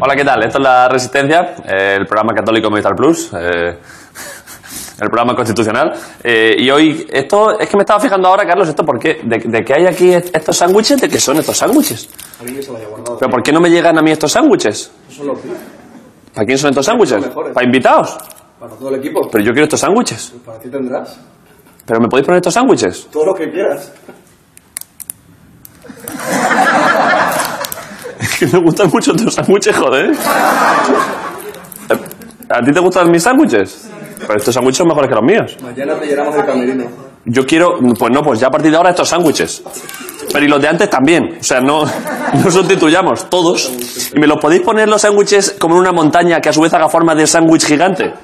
Hola, ¿qué tal? Esto es La Resistencia, eh, el programa católico Movistar Plus, eh, el programa constitucional. Eh, y hoy, esto, es que me estaba fijando ahora, Carlos, esto, ¿por qué? ¿De, de qué hay aquí est- estos sándwiches? ¿De qué son estos sándwiches? Alguien que se lo haya guardado. ¿Pero por qué no me llegan a mí estos sándwiches? Esos son los pibes. ¿Para quién son estos sándwiches? mejores. ¿Para invitados? Para todo el equipo. Pero yo quiero estos sándwiches. Para ti tendrás. ¿Pero me podéis poner estos sándwiches? Todo lo que quieras. que me gustan mucho tus sándwiches, joder. ¿A ti te gustan mis sándwiches? Pero estos sándwiches son mejores que los míos. Mañana rellenamos el camerino. Yo quiero, pues no, pues ya a partir de ahora estos sándwiches. Pero y los de antes también. O sea, no, no sustituyamos, todos. ¿Y me los podéis poner los sándwiches como en una montaña que a su vez haga forma de sándwich gigante?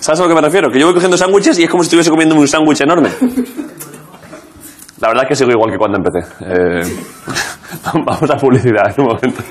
¿Sabes a lo que me refiero? Que yo voy cogiendo sándwiches y es como si estuviese comiendo un sándwich enorme. La verdad es que sigo igual que cuando empecé. Eh, vamos a publicidad en un momento.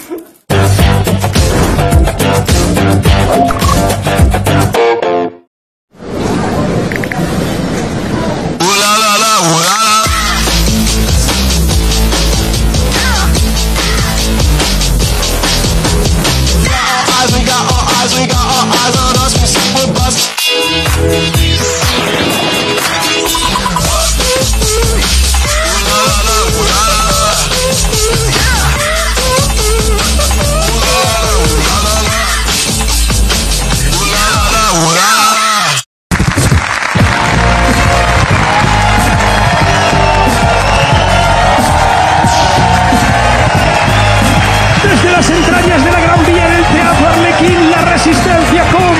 desde las entrañas de la Gran Vía del Teatro Arlequín, la resistencia con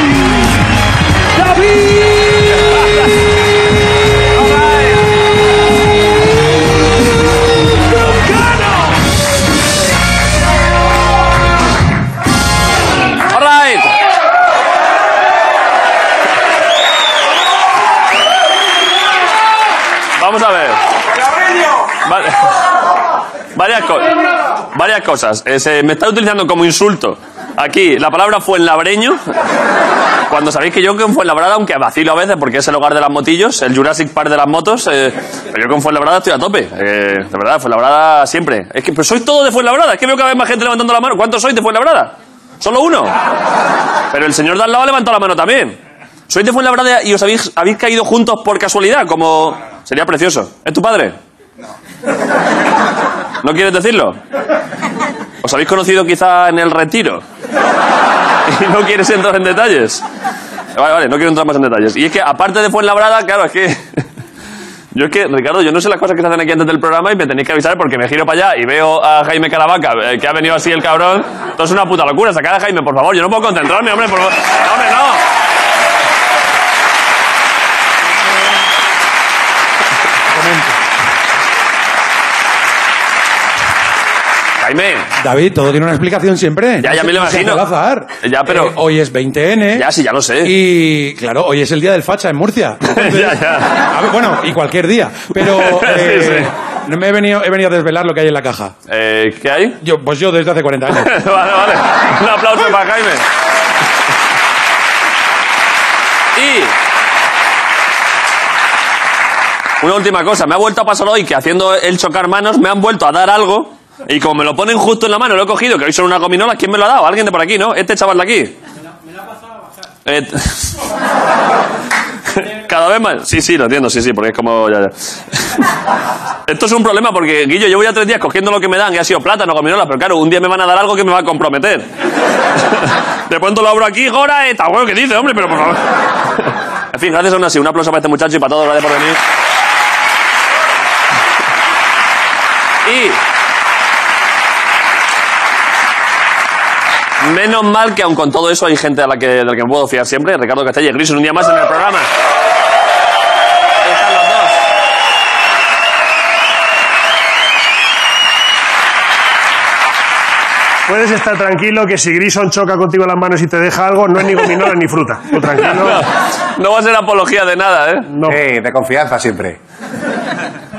David. Broncano. All right. Vamos a ver. Vale. Varias, co- varias cosas. Eh, se me está utilizando como insulto. Aquí, la palabra fuenlabreño. Cuando sabéis que yo con Fuenlabrada, aunque vacilo a veces porque es el hogar de las motillos, el Jurassic Park de las motos, eh, pero yo con Fuenlabrada estoy a tope. Eh, de verdad, Fuenlabrada siempre. Es que pero soy todo de Fuenlabrada. Es que veo cada vez más gente levantando la mano. ¿Cuántos sois de Fuenlabrada? Solo uno. Pero el señor de al lado ha levantado la mano también. Sois de Fuenlabrada y os habéis, habéis caído juntos por casualidad, como... Sería precioso. ¿Es tu padre? No. ¿No quieres decirlo? ¿Os habéis conocido quizá en el retiro? Y no quieres entrar en detalles. Vale, vale, no quiero entrar más en detalles. Y es que, aparte de Fuenlabrada, claro, es que... Yo es que, Ricardo, yo no sé las cosas que se hacen aquí antes del programa y me tenéis que avisar porque me giro para allá y veo a Jaime Caravaca, eh, que ha venido así el cabrón. Esto es una puta locura. Sacad a Jaime, por favor. Yo no puedo concentrarme, hombre. Por... favor. No, hombre, no. Jaime, David, todo tiene una explicación siempre. Ya, No ya se- me lo no Eh, se imagino. hace al azar. Ya, pero- Eh, hoy es 20N. ya sí, ya lo sé. Y claro, hoy es el día del facha en Murcia. Ya, ya. A ver, bueno, y cualquier día. Pero Sí, eh, sí. no me he venido, he venido a desvelar lo que hay en la caja. Eh, ¿Qué hay? Yo, pues yo desde hace 40 años. vale, vale. Un aplauso para Jaime. Y. Una última cosa, me ha vuelto a pasar hoy que haciendo el chocar manos me han vuelto a dar algo y como me lo ponen justo en la mano, lo he cogido, que hoy son unas gominolas, ¿quién me lo ha dado? Alguien de por aquí, ¿no? Este chaval de aquí. Me lo ha pasado a bajar. Eh, Cada vez más. Sí, sí, lo entiendo, sí, sí, porque es como. ya, ya. Esto es un problema porque, Guillo, yo voy a tres días cogiendo lo que me dan y ha sido plátano, gominolas, pero claro, un día me van a dar algo que me va a comprometer. De pronto lo abro aquí, Gora, está bueno, ¿qué dice, hombre? Pero por favor. En fin, gracias aún así. Un aplauso para este muchacho y para todos, gracias por venir. Y. Menos mal que, aun con todo eso, hay gente a la que, de la que me puedo fiar siempre. Ricardo Castella y Gris, un día más en el programa. Ahí están los dos. Puedes estar tranquilo que si Grison choca contigo las manos y te deja algo, no es ni gominola ni fruta. Tú tranquilo. No, no va a ser apología de nada, ¿eh? No. Sí, de confianza siempre.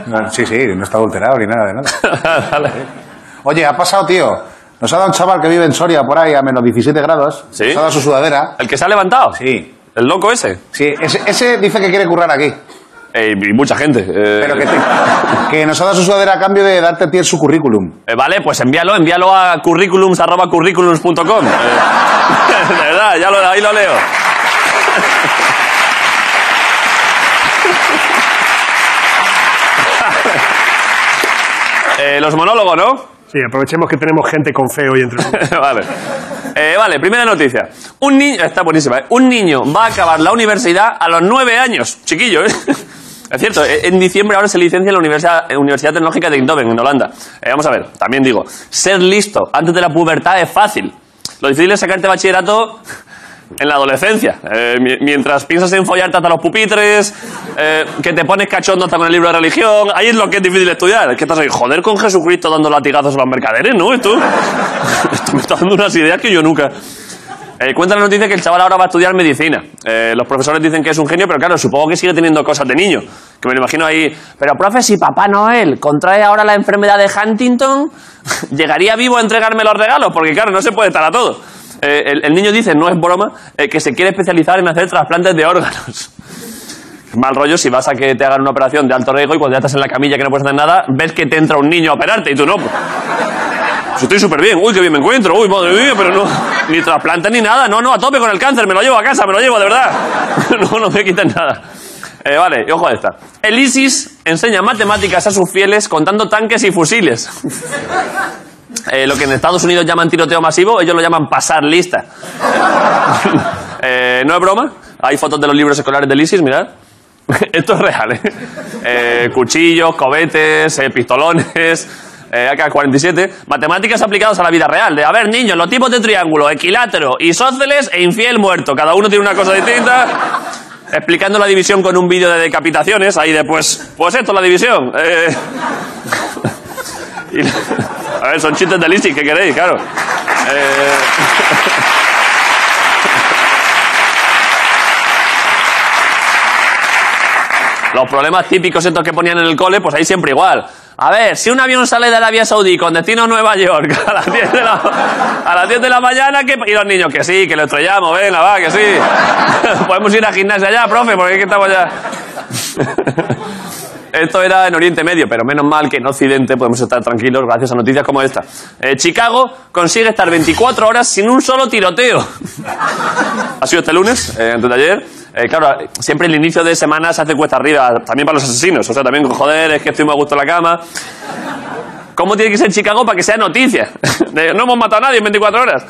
No, sí, sí, no está adulterado ni nada de nada. Vale. Oye, ha pasado, tío. Nos ha dado un chaval que vive en Soria, por ahí, a menos 17 grados. ¿Sí? Nos ha dado su sudadera. ¿El que se ha levantado? Sí. ¿El loco ese? Sí, ese, ese dice que quiere currar aquí. Eh, y mucha gente. eh. Pero que, te- que nos ha dado su sudadera a cambio de darte a ti en su currículum. Eh, vale, pues envíalo, envíalo a currículums arroba currículums.com. Eh, de verdad, ya lo, ahí lo leo. Eh, los monólogos, ¿no? Sí, aprovechemos que tenemos gente con fe hoy entre nosotros. vale. Eh, vale, primera noticia. Un niño. Está buenísima, ¿eh? Un niño va a acabar la universidad a los nueve años. Chiquillo, ¿eh? Es cierto, eh, en diciembre ahora se licencia en la Universidad, eh, Universidad Tecnológica de Eindhoven, en Holanda. Eh, vamos a ver, también digo, ser listo antes de la pubertad es fácil. Lo difícil es sacarte bachillerato en la adolescencia. Eh, mi- mientras piensas en follarte hasta los pupitres, eh, que te pones cachondo hasta con el libro de religión, ahí es lo que es difícil estudiar. Es que estás ahí, joder, con Jesucristo dando latigazos a los mercaderes, ¿no? Esto, esto me está dando unas ideas que yo nunca. Eh, cuenta la noticia que el chaval ahora va a estudiar medicina. Eh, los profesores dicen que es un genio, pero claro, supongo que sigue teniendo cosas de niño. Que me lo imagino ahí. Pero, profe, si Papá Noel contrae ahora la enfermedad de Huntington, llegaría vivo a entregarme los regalos, porque claro, no se puede estar a todo. Eh, el, el niño dice, no es broma, eh, que se quiere especializar en hacer trasplantes de órganos. Mal rollo si vas a que te hagan una operación de alto riesgo y cuando ya estás en la camilla que no puedes hacer nada, ves que te entra un niño a operarte y tú no. pues. Pues estoy súper bien, uy, qué bien me encuentro, uy, madre mía, pero no. Ni trasplante ni nada, no, no, a tope con el cáncer, me lo llevo a casa, me lo llevo, de verdad. No, no me quitan nada. Eh, vale, y ojo a esta. El ISIS enseña matemáticas a sus fieles contando tanques y fusiles. Eh, lo que en Estados Unidos llaman tiroteo masivo, ellos lo llaman pasar lista. Eh, no es broma, hay fotos de los libros escolares del ISIS, mirad. Esto es real, ¿eh? Eh, cuchillos, cobetes, eh, pistolones, eh, AK-47. Matemáticas aplicadas a la vida real. De, a ver, niños, los tipos de triángulo, equilátero, isósceles e infiel muerto. Cada uno tiene una cosa distinta. Explicando la división con un vídeo de decapitaciones. Ahí de, pues, pues esto es la división. Eh, y la- a ver, son chistes de ISIS, ¿qué queréis? Claro. Eh, Los problemas típicos estos que ponían en el cole, pues ahí siempre igual. A ver, si un avión sale de Arabia Saudí con destino a Nueva York a las 10 de la, a las 10 de la mañana, ¿qué, pa- y los niños, que sí, que lo estrellamos, venga, va, que sí. Podemos ir a gimnasia ya, profe, porque es que estamos ya... Esto era en Oriente Medio, pero menos mal que en Occidente podemos estar tranquilos gracias a noticias como esta. Eh, Chicago consigue estar 24 horas sin un solo tiroteo. Ha sido este lunes, eh, antes de ayer. Eh, claro, siempre el inicio de semana se hace cuesta arriba, también para los asesinos. O sea, también, joder, es que estoy muy a gusto en la cama. ¿Cómo tiene que ser Chicago para que sea noticia? De, no hemos matado a nadie en 24 horas.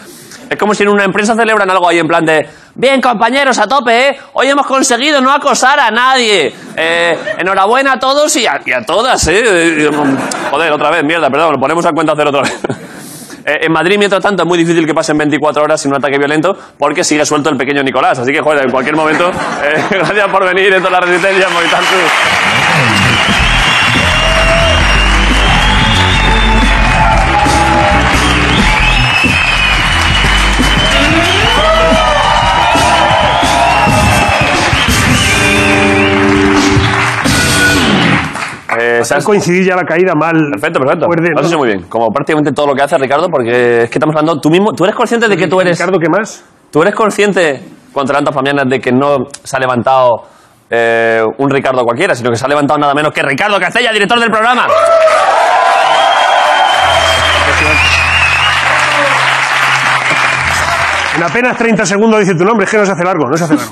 Es como si en una empresa celebran algo ahí en plan de, bien compañeros, a tope, ¿eh? Hoy hemos conseguido no acosar a nadie. Eh, enhorabuena a todos y a, y a todas, ¿eh? Eh, Joder, otra vez, mierda, perdón, lo ponemos a cuenta cero otra vez. Eh, En Madrid, mientras tanto, es muy difícil que pasen 24 horas sin un ataque violento porque sigue suelto el pequeño Nicolás. Así que, joder, en cualquier momento, eh, gracias por venir, esto es la resistencia, Movistar Plus. Eh, se Ha han- coincidido ya la caída mal. Perfecto, perfecto. Fuerte, Lo has ¿no? hecho muy bien. Como prácticamente todo lo que hace Ricardo, porque es que estamos hablando tú mismo. ¿Tú eres consciente de que tú eres. Ricardo, ¿qué más? ¿Tú eres consciente, contra tantas famianas, de que no se ha levantado eh, un Ricardo cualquiera, sino que se ha levantado nada menos que Ricardo Castella, director del programa? En apenas 30 segundos dice tu nombre, es que no se hace largo, no se hace largo.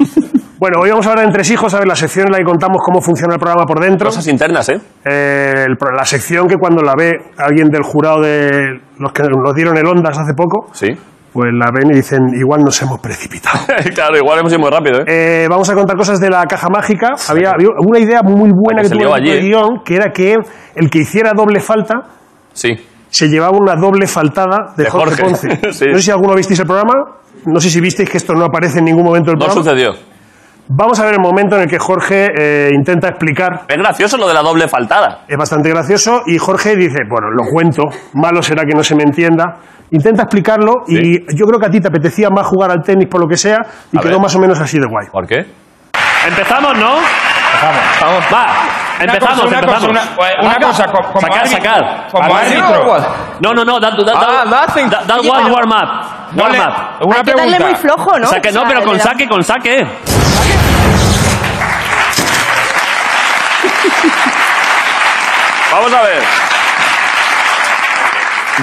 bueno, hoy vamos a hablar en Tres Hijos, a ver, la sección en la que contamos cómo funciona el programa por dentro. Cosas internas, ¿eh? Eh, el pro- la sección que cuando la ve alguien del jurado de los que nos dieron el Ondas hace poco, Sí. pues la ven y dicen, igual nos hemos precipitado. claro, igual hemos ido muy rápido, ¿eh? Eh, vamos a contar cosas de la caja mágica. Había, había una idea muy La buena que que se lió tuvo en el allí, ¿eh? guión, que era que el que hiciera doble falta Sí. se llevaba una doble faltada de, De Jorge, Jorge. Ponce. Sí. No sé si alguno visteis el programa, no sé si visteis que esto no aparece en ningún momento del No programa. sucedió. Vamos a ver el momento en el que Jorge eh, intenta explicar. Es gracioso lo de la doble faltada. Es bastante gracioso y Jorge dice, bueno, lo cuento, malo será que no se me entienda. Intenta explicarlo y yo creo que a ti te apetecía más jugar al tenis por lo que sea y A quedó ver. más o menos así de guay. ¿Por qué? Empezamos, ¿no? Vamos. Va, Una empezamos, cosa, una cosa, empezamos. una- una Saca, cosa, co- como sacar, árbitro. sacar. Como Sacar. árbitro. No, no, no, that, that, Ah, that- nothing. that- that was warm up. No Warm le- up. Una Hay que pregunta. darle muy flojo, ¿no? Saque, O no, sea, pero de con verdad. saque, con saque. Vamos a ver.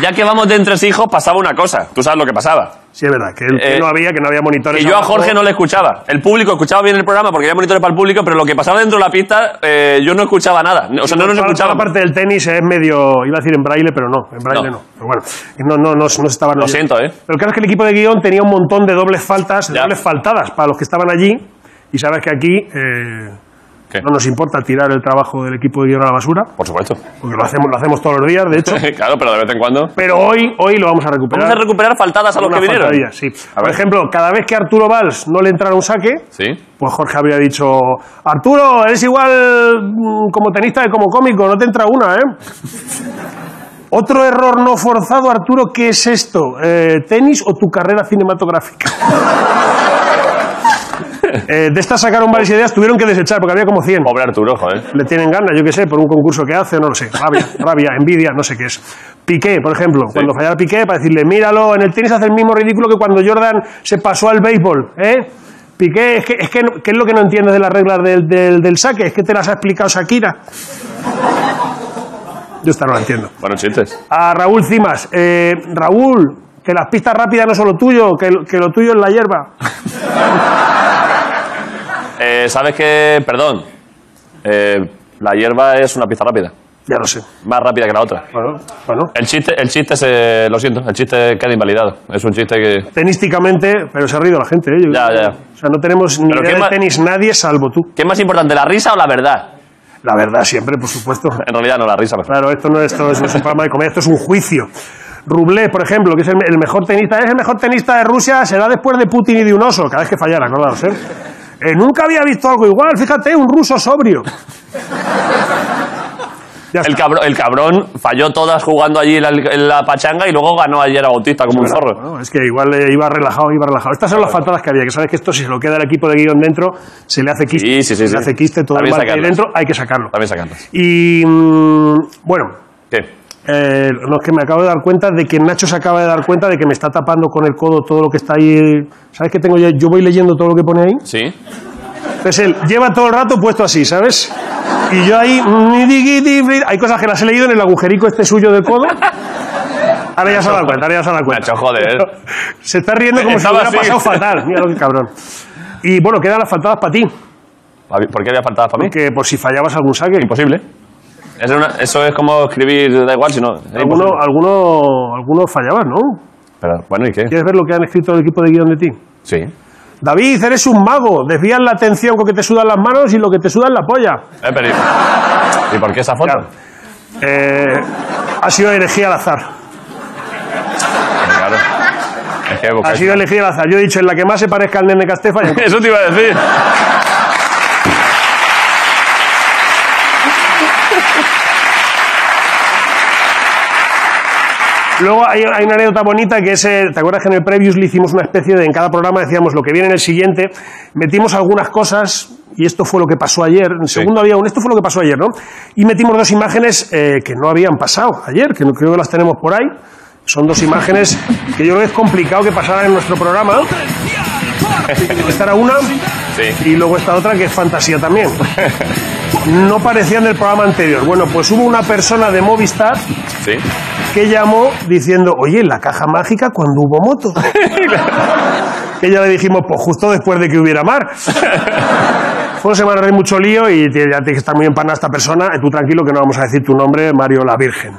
Ya que vamos de entresijos, pasaba una cosa. Tú sabes lo que pasaba. Sí, es verdad, que, él- que Eh, no había, que no había monitores. Y yo a abajo. Jorge no le escuchaba. El público escuchaba bien el programa porque había monitores para el público, pero lo que pasaba dentro de la pista eh, yo no escuchaba nada. O sea, no nos Toda- toda escuchaba. La parte del tenis es medio, iba a decir en braille, pero no, en braille No. no. Pero bueno, no, no, no, no se estaban Lo oyendo. siento, ¿eh? Pero claro es que el equipo de guión tenía un montón de dobles faltas, de Ya. dobles faltadas para los que estaban allí. Y sabes que aquí eh, ¿Qué? no nos importa tirar el trabajo del equipo de guión a la basura, Por supuesto. porque lo hacemos, lo hacemos todos los días, de hecho. claro, pero de vez en cuando. Pero hoy, hoy lo vamos a recuperar. Vamos a recuperar faltadas a los que Alguna vinieron. faltadilla, sí. A Por ver. ejemplo, cada vez que a Arturo Valls no le entrara un saque, Sí. pues Jorge habría dicho, Arturo, eres igual mm, como tenista que como cómico, no te entra una, ¿eh? Otro error no forzado, Arturo, ¿qué es esto? Eh, ¿Tenis o tu carrera cinematográfica? Eh, de estas sacaron varias ideas, tuvieron que desechar porque había como 100. Pobre Arturo, joder. Le tienen ganas, yo qué sé, por un concurso que hace, no lo sé. Rabia, rabia, envidia, no sé qué es. Piqué, por ejemplo, cuando fallara Piqué, para decirle, míralo, en el tenis hace el mismo ridículo que cuando Jordan se pasó al béisbol, ¿eh? Piqué, es que, es que, no- ¿qué es lo que no entiendes de las reglas del, del- del saque? Es que te las ha explicado Shakira. Yo esta no la entiendo. Buenos chistes. A Raúl Cimas, eh, Raúl, que las pistas rápidas no son lo tuyo, que, lo- que lo tuyo es la hierba. Eh, Sabes que. Perdón. Eh, la hierba es una pista rápida. Ya lo sé. Más rápida que la otra. Bueno, bueno. El chiste, el chiste se. Lo siento, el chiste queda invalidado. Es un chiste que. Tenísticamente, pero se ha reído la gente, ¿eh? Yo- Ya, ya, ya. O sea, no tenemos ni Pero idea qué ma- de tenis nadie salvo tú. ¿Qué es más importante, la risa o la verdad? La verdad, siempre, por supuesto. En realidad no, la risa. mejor. Claro, esto no, es- esto no es un programa de comedia, esto es un juicio. Rublé, por ejemplo, que es el, el mejor tenista, es el mejor tenista de Rusia, será después de Putin y de un oso, cada vez que fallara, acordaos, ¿eh? Eh, nunca había visto algo igual, fíjate, un ruso sobrio. Ya El está. cabrón, el cabrón falló todas jugando allí la, la pachanga y luego ganó ayer a Bautista como un zorro. Bueno, es que igual eh, iba relajado, iba relajado. Estas son las faltadas que había, que sabes que esto si se lo queda el equipo de guión dentro, se le hace quiste. Sí, sí, sí, se sí. le hace quiste todo el También mal que hay sacarlas. dentro, hay que sacarlo. También sacando. Y mm, bueno, ¿Qué? eh, no es que me acabo de dar cuenta de que Nacho se acaba de dar cuenta de que me está tapando con el codo todo lo que está ahí. ¿Sabes qué tengo yo? Yo voy leyendo todo lo que pone ahí. ¿Sí? Entonces él lleva todo el rato puesto así, ¿sabes? Y yo ahí. Hay cosas que las he leído en el agujerico este suyo del codo. Ahora ya se ha dado cuenta, ahora ya se ha dado cuenta. Nacho, joder. ¿eh? Se está riendo como si Estaba hubiera así. pasado fatal. Mira lo que cabrón. Y bueno, quedan las faltadas para ti. ¿Por qué había faltado para mí? Porque por si fallabas algún saque. Imposible. Eso, es una- eso es como escribir, da igual si no. es Alguno, imposible. alguno, alguno fallabas, ¿no? Pero, bueno, ¿y qué? ¿Quieres ver lo que han escrito el equipo de guión de ti? Sí. David, eres un mago. Desvías la atención con que te sudan las manos y lo que te sudan la polla. Eh, pero ¿y- ¿Y por qué esa foto? Claro. Eh, ha sido herejía al azar. Pues claro. Es que Ha buscáis- sido herejía al azar. Yo he dicho en la que más se parezca al nene Castefa. y- Eso te iba a decir. Luego hay, hay una anécdota bonita que es, eh, ¿te acuerdas que en el Previously hicimos una especie de, en cada programa decíamos lo que viene en el siguiente, metimos algunas cosas, y esto fue lo que pasó ayer, en el segundo había un, esto fue lo que pasó ayer, ¿no? Y metimos dos imágenes eh, que no habían pasado ayer, que no creo que las tenemos por ahí, son dos imágenes que yo creo que es complicado que pasaran en nuestro programa. Esta era una Sí. y luego esta otra que es fantasía también. No parecían del programa anterior. Bueno, pues hubo una persona de Movistar Sí. que llamó diciendo, oye, la caja mágica cuando hubo moto. que ya le dijimos, pues justo después de que hubiera mar. Fue una semana de mucho lío y te- ya tiene que estar muy empanada esta persona. Eh, Tú tranquilo que no vamos a decir tu nombre, Mario la Virgen.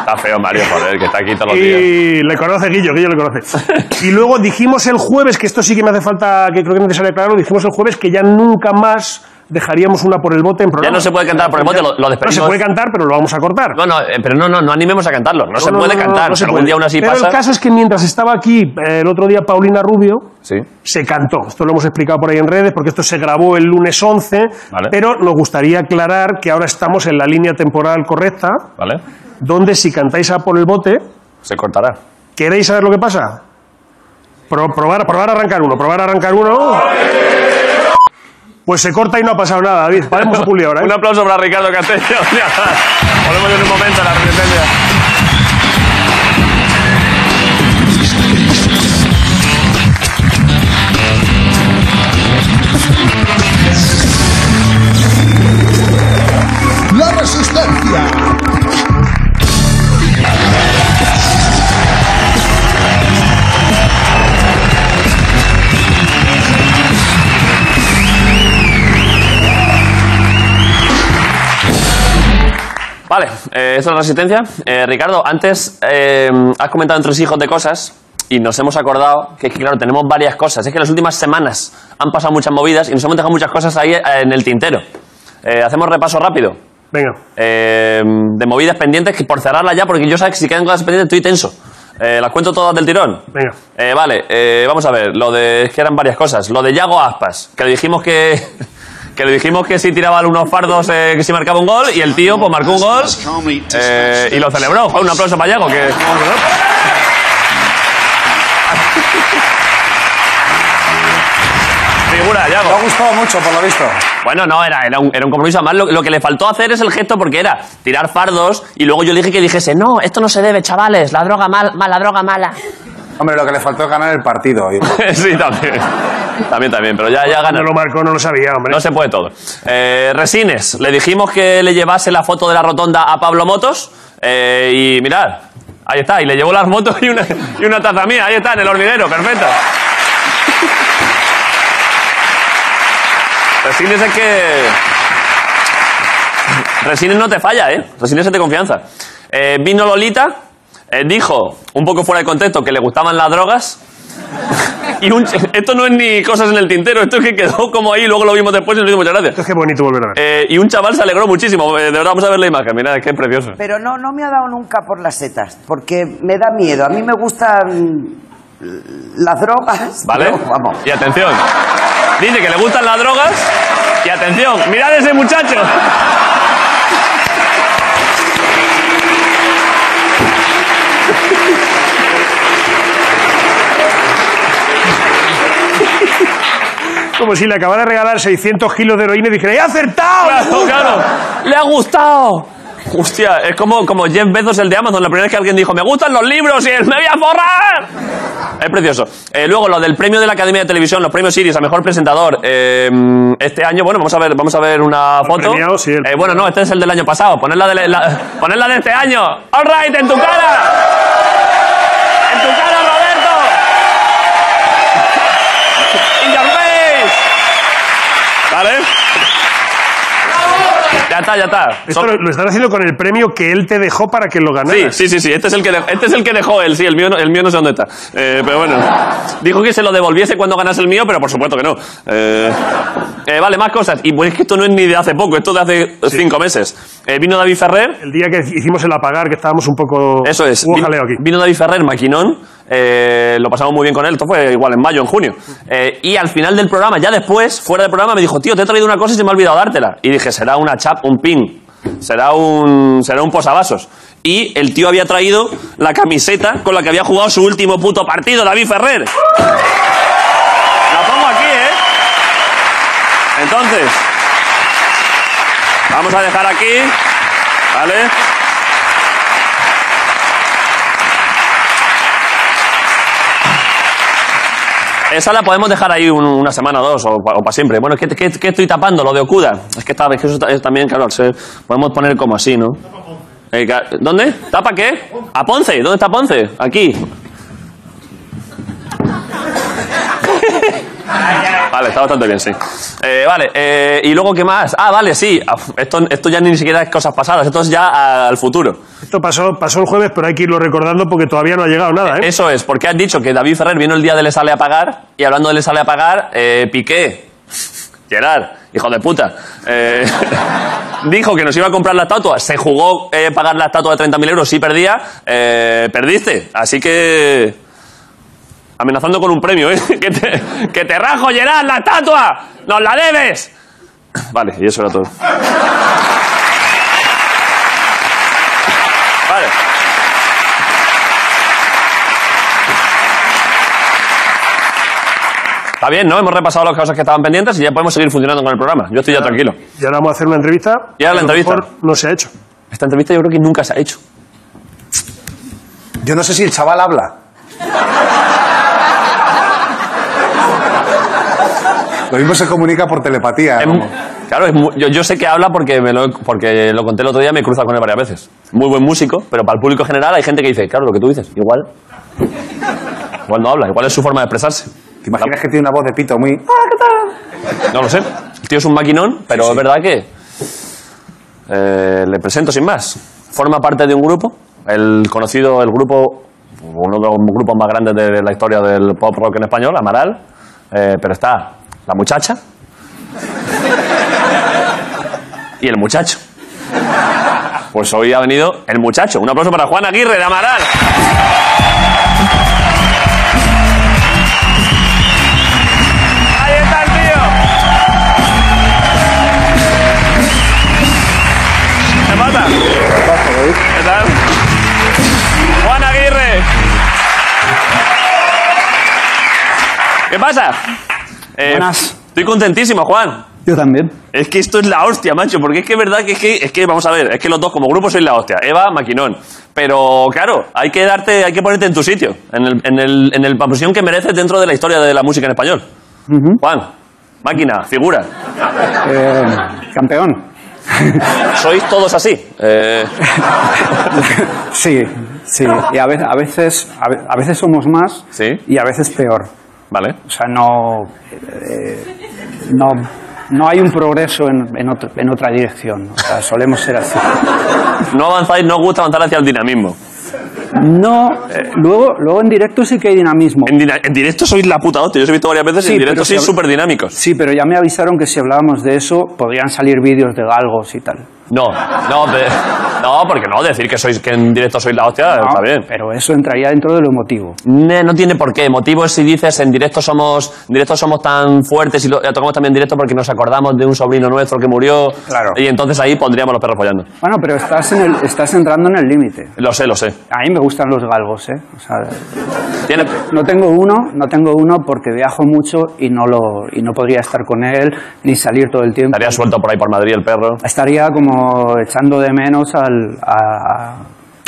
Está feo Mario, joder, que está aquí todos los días. Y le conoce Guillo, Guillo le conoce. Y luego dijimos el jueves, que esto sí que me hace falta, que creo que es necesario aclararlo, dijimos el jueves que ya nunca más dejaríamos una por el bote en Ya programa. no se puede cantar por el bote, lo, lo No despedimos. se puede cantar, pero lo vamos a cortar. No, no, eh, pero no, no, no animemos a cantarlo. No, se No, no, puede no, no, cantar. no si se algún puede. día aún así Pero pasa. el caso es que mientras estaba aquí eh, el otro día Paulina Rubio, Sí. se cantó. Esto lo hemos explicado por ahí en redes, porque esto se grabó el lunes 11, Vale. pero nos gustaría aclarar que ahora estamos en la línea temporal correcta, ¿Vale? donde si cantáis a por el bote, Se cortará. ¿queréis saber lo que pasa? Pro- probar, probar a arrancar uno, probar a arrancar uno. Pues se corta y no ha pasado nada, David. Paremos a pulir ahora. ¿eh? Un aplauso para Ricardo Castello. Volvemos en un momento a la resistencia. La resistencia. Vale, eh, eso es resistencia. Eh, Ricardo, antes eh, has comentado entre tus hijos de cosas y nos hemos acordado que, es que, claro, tenemos varias cosas. Es que en las últimas semanas han pasado muchas movidas y nos hemos dejado muchas cosas ahí eh, en el tintero. Eh, hacemos repaso rápido. Venga. Eh, de movidas pendientes que por cerrarla ya, porque yo sabes que si quedan cosas pendientes estoy tenso. Eh, las cuento todas del tirón. Venga. Eh, vale, eh, vamos a ver. Lo de es que eran varias cosas. Lo de Yago Aspas, que le dijimos que que le dijimos que si tiraba unos fardos eh, que si marcaba un gol y el tío pues marcó un gol eh, y lo celebró. Fue un aplauso para Yago que figura Yago. Me ha gustado mucho, por lo visto. Bueno, no, era, era, un, era un compromiso. Además, lo, lo que le faltó hacer es el gesto porque era tirar fardos y luego yo le dije que dijese, no, esto no se debe, chavales, la droga mal, mal- la droga mala. Hombre, lo que le faltó es ganar el partido. Y- sí, también. También, también, pero ya, ya No gana. lo marcó, no lo sabía, hombre. No se puede todo. Eh, Resines, le dijimos que le llevase la foto de la rotonda a Pablo Motos eh, y mirad, ahí está, y le llevó las motos y una, y una taza mía, ahí está, en el hormiguero, perfecto. Resines es que... Resines no te falla, ¿eh? Resines es de confianza. Eh, vino Lolita, eh, dijo, un poco fuera de contexto, que le gustaban las drogas. y un- esto no es ni cosas en el tintero, esto es que quedó como ahí, luego lo vimos después y nos dijo muchas gracias. Es que bonito volver a ver. Eh, y un chaval se alegró muchísimo. Eh, de verdad, vamos a ver la imagen, mira, es que es precioso. Pero no, no me ha dado nunca por las setas, porque me da miedo. A mí me gustan las drogas. ¿Vale? pero vamos. Y atención. Dice que le gustan las drogas. Y atención, mirad ese muchacho. Como si le acabara de regalar 600 kilos de heroína y dijera, ¡he acertado! Claro, claro. Le ha gustado. Hostia, es como, como Jeff Bezos, el de Amazon. La primera vez que alguien dijo, me gustan los libros y él, me voy a forrar. Es precioso. Eh, luego, lo del premio de la Academia de Televisión, los premios Iris a Mejor Presentador. eh, este año, bueno, vamos a ver, vamos a ver una foto. premiado, sí, el Eh, bueno, no, este es el del año pasado. Ponerla de, la, ponedla de este año. All right, en tu cara. En tu cara, Roberto. In your face. ¿Vale? Ya está, ya está. Esto lo, lo están haciendo con el premio que él te dejó para que lo Sí, ganaras. sí, sí, sí. Este es el que, dejó- este es el que dejó él, sí. El mío, no- el mío no sé dónde está. Eh, pero bueno. Dijo que se lo devolviese cuando ganase el mío, pero por supuesto que no. Eh, eh, vale, más cosas. Y pues es que esto no es ni de hace poco, esto de hace cinco meses. Eh, vino David Ferrer. El día que hicimos el apagar, que estábamos un poco... Eso es. Hubo Vin- jaleo aquí. Vino David Ferrer, maquinón. eh, lo pasamos muy bien con él. Esto fue igual en mayo, en junio. Eh, y al final del programa, ya después, fuera del programa, me dijo, tío, te he traído una cosa y se me ha olvidado dártela. Y dije, será una chap, un pin. Será un, será un posavasos. Y el tío había traído la camiseta con la que había jugado su último puto partido, David Ferrer. La pongo aquí, ¿eh? Entonces, vamos a dejar aquí, ¿vale? Esa la podemos dejar ahí un- una semana o dos, o, para siempre. Bueno, ¿qué, qué, qué estoy tapando? Lo de Okuda. Es que, está, es que eso ta- es también, claro, se- podemos poner como así, ¿no? Eh, ca- ¿Dónde? ¿Tapa qué? ¿A Ponce? ¿Dónde está Ponce? Aquí. Vale, está bastante bien, sí. Eh, vale, eh, y luego, ¿qué más? Ah, vale, sí. Ah, Esto, esto ya ni siquiera es cosas pasadas, esto es ya al futuro. Esto pasó, pasó el jueves, pero hay que irlo recordando porque todavía no ha llegado nada, ¿eh? Eso es, porque has dicho que David Ferrer vino el día de Le Sale a Pagar, y hablando de Le Sale a Pagar, eh, Piqué, Gerard, hijo de puta, eh, dijo que nos iba a comprar la estatua. Se jugó eh, pagar la estatua de 30.000 euros, sí perdía, eh, perdiste. Así que... Amenazando con un premio, ¿eh? ¡Que te, que te rajo, Gerard, la estatua! ¡Nos la debes! Vale, y eso era todo. Vale. Está bien, ¿no? Hemos repasado las cosas que estaban pendientes y ya podemos seguir funcionando con el programa. Yo estoy ya tranquilo. Y ahora vamos a hacer una entrevista. Y ahora la que a lo entrevista. mejor No se ha hecho. Esta entrevista yo creo que nunca se ha hecho. Yo no sé si el chaval habla. Lo mismo se comunica por telepatía. Es mu- como- claro, es mu- yo, yo sé que habla porque, me lo, he- porque lo conté el otro día, me he cruzado con él varias veces. Muy buen músico, pero para el público general hay gente que dice, claro, lo que tú dices, igual. Igual no habla, igual es su forma de expresarse. ¿Te imaginas que tiene una voz de pito muy... No lo sé. El tío es un maquinón, pero es verdad que. eh, le presento sin más. Forma parte de un grupo, el conocido, el grupo, uno de los grupos más grandes de la historia del pop rock en español, Amaral. eh, pero está la muchacha y el muchacho. Pues hoy ha venido el muchacho. Un aplauso para Juan Aguirre de Amaral. Ahí está el tío. ¿Qué pasa? ¿Qué tal? Juan Aguirre. ¿Qué pasa? Eh, Buenas. Estoy contentísimo, Juan. Yo también. Es que esto es la hostia, macho, porque es que es verdad que es que, es que vamos a ver, es que los dos como grupo sois la hostia, Eva, Maquinón. Pero claro, hay que darte, hay que ponerte en tu sitio, en, el, en, el, en el- la posición que mereces dentro de la historia de la música en español. Juan, máquina, figura, Eh, campeón. sois todos así. Eh, Sí, sí. Y a veces, a veces, a ve- a veces somos más Sí. y a veces peor. vale. O sea, no, eh, no, no hay un progreso en, en, otro- en otra dirección. O sea, solemos ser así. No avanzáis, no os gusta avanzar hacia el dinamismo. No, eh, luego, luego en directo sí que hay dinamismo. En, dina- en directo sois la puta hostia, yo os he visto varias veces y Sí, en directo pero si sois habl- súper dinámicos. Sí, pero ya me avisaron que si hablábamos de eso podrían salir vídeos de galgos y tal. No, no, pe- no, porque no, decir que, sois, que en directo sois la hostia No, está bien. Ah, Pero eso entraría dentro de lo emotivo. Ne- No tiene por qué. Motivo es si dices en directo somos, en directo somos tan fuertes y lo, ya tocamos también en directo porque nos acordamos de un sobrino nuestro que murió. Claro. Y entonces ahí pondríamos los perros follando. Bueno, pero estás, en el- estás entrando en el límite. Lo sé, lo sé. A mí me gustan los galgos, ¿eh? O sea, Tiene- no tengo uno, no tengo uno porque viajo mucho y no lo y no podría estar con él ni salir todo el tiempo. estaría suelto por ahí por Madrid el perro. Estaría como echando de menos al, a,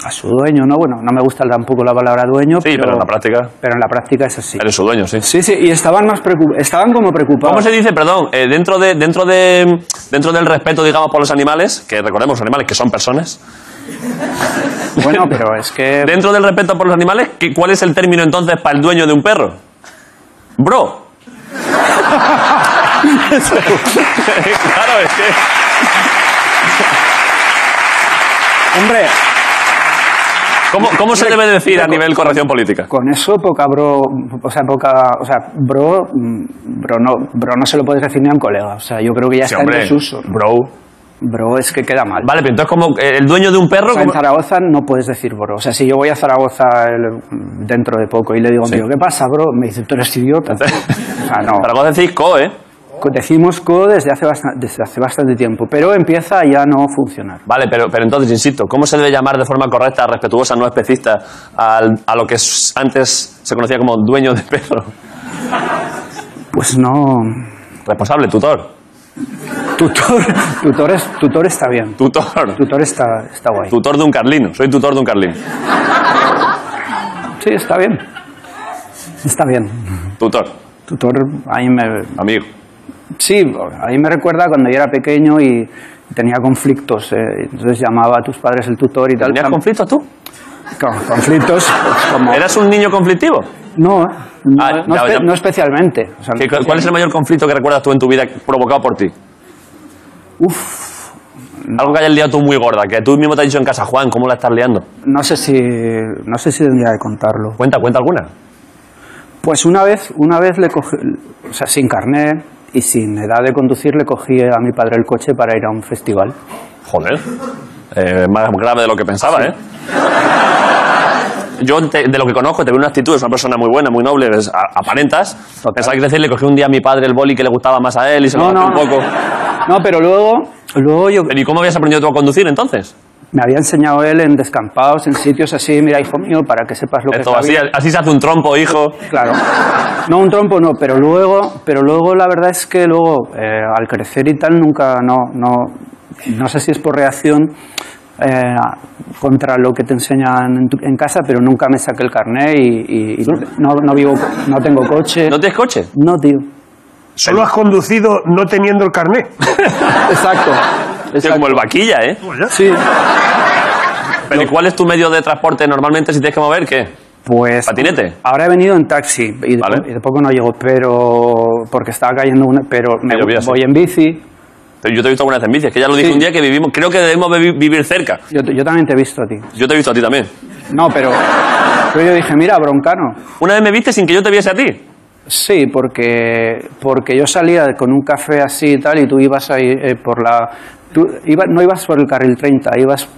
a su dueño, ¿no? Bueno, no me gusta tampoco la palabra dueño, Sí, pero en la práctica. pero en la práctica es así. Eres su dueño, sí. Sí, sí, y estaban más preocup- estaban como preocupados. ¿Cómo se dice, perdón, eh, dentro, de, dentro, de, dentro del respeto, digamos, por los animales, que recordemos, los animales que son personas, Bueno, pero es que dentro del respeto por los animales, ¿qué- ¿cuál es el término entonces para el dueño de un perro? Bro. claro, es que... hombre, ¿Cómo, cómo se debe decir a nivel corrección política? Con eso, poca bro, o sea, poca, o sea, bro, mm, bro no, bro no se lo puedes decir ni a un colega. O sea, yo creo que ya Sí, está hombre, en desuso. Bro. Bro es que queda mal. Vale, pero entonces como eh, el dueño de un perro... O sea, en como- Zaragoza no puedes decir bro. O sea, si yo voy a Zaragoza el- dentro de poco y le digo, a un tío, ¿qué pasa, bro? Me dice, tú eres idiota. O sea, no. Zaragoza decís co, ¿eh? Co- Decimos co desde hace, basta- desde hace bastante tiempo, pero empieza a ya no funcionar. Vale, pero, pero entonces, insisto, ¿cómo se debe llamar de forma correcta, respetuosa, no especista, al- a lo que s- antes se conocía como dueño de perro? Pues no. Responsable, tutor. Tutor, tutor, es- tutor está bien. Tutor. Tutor está, está guay. Tutor de un carlino. Soy tutor de un carlino. Sí, está bien. Está bien. Tutor. Tutor, a mí me, Amigo. sí, a mí me recuerda cuando yo era pequeño y tenía conflictos. eh, entonces llamaba a tus padres el tutor y tal. ¿Tenías conflictos tú? Con- conflictos? pues, como- ¿Eras un niño conflictivo? No, eh, no, Ah, no ya, espe- ya. no especialmente. O sea, ¿Qué- cu- ¿Cuál es el mayor conflicto que recuerdas tú en tu vida provocado por ti? Uf, Algo que hayas liado tú muy gorda, que tú mismo te has dicho en casa, Juan, ¿cómo la estás liando? no sé si no sé si tendría que contarlo. Cuenta, cuenta alguna. Pues una vez, una vez le cogí, o sea, sin carné y sin edad de conducir le cogí a mi padre el coche para ir a un festival. Joder. Eh, más grave de lo que pensaba, ¿eh? Yo, te- de lo que conozco, te veo una actitud, es una persona muy buena, muy noble, es- a- aparentas. Pensaba que decir, le cogí un día a mi padre el boli que le gustaba más a él y se lo gastó un poco. No, pero luego, luego yo Pero, ¿Y cómo habías aprendido tú a conducir entonces? Me había enseñado él en descampados, en sitios así, mira, hijo mío, para que sepas lo que es Esto, la así, vida. así se hace un trompo, hijo. Claro. No, un trompo no, pero luego, pero luego la verdad es que luego, eh, al crecer y tal, nunca, no, no, no sé si es por reacción eh, contra lo que te enseñan en, tu- en casa, pero nunca me saqué el carné y, y- y no, no vivo, no tengo coche. ¿No tienes coche? No, tío. Solo has conducido no teniendo el carné. Exacto. Es Exacto. como el vaquilla, ¿eh? Sí. Pero ¿y ¿cuál es tu medio de transporte normalmente si tienes que mover? ¿Qué? Pues. ¿Patinete? Ahora he venido en taxi y de, Vale. y de poco no llego, pero porque estaba cayendo una, pero me Pero bien, sí. voy en bici, Pero yo te he visto algunas vez en bici, es que ya lo dije Sí. un día que vivimos, creo que debemos bebi- vivir cerca. Yo, te- yo también te he visto a ti. Yo te he visto a ti también. No, pero, pero yo dije, mira, broncano. Una vez me viste sin que yo te viese a ti. Sí, porque, porque yo salía con un café así y tal, y tú ibas ahí eh, por la. Tú iba- no ibas por el carril 30, ibas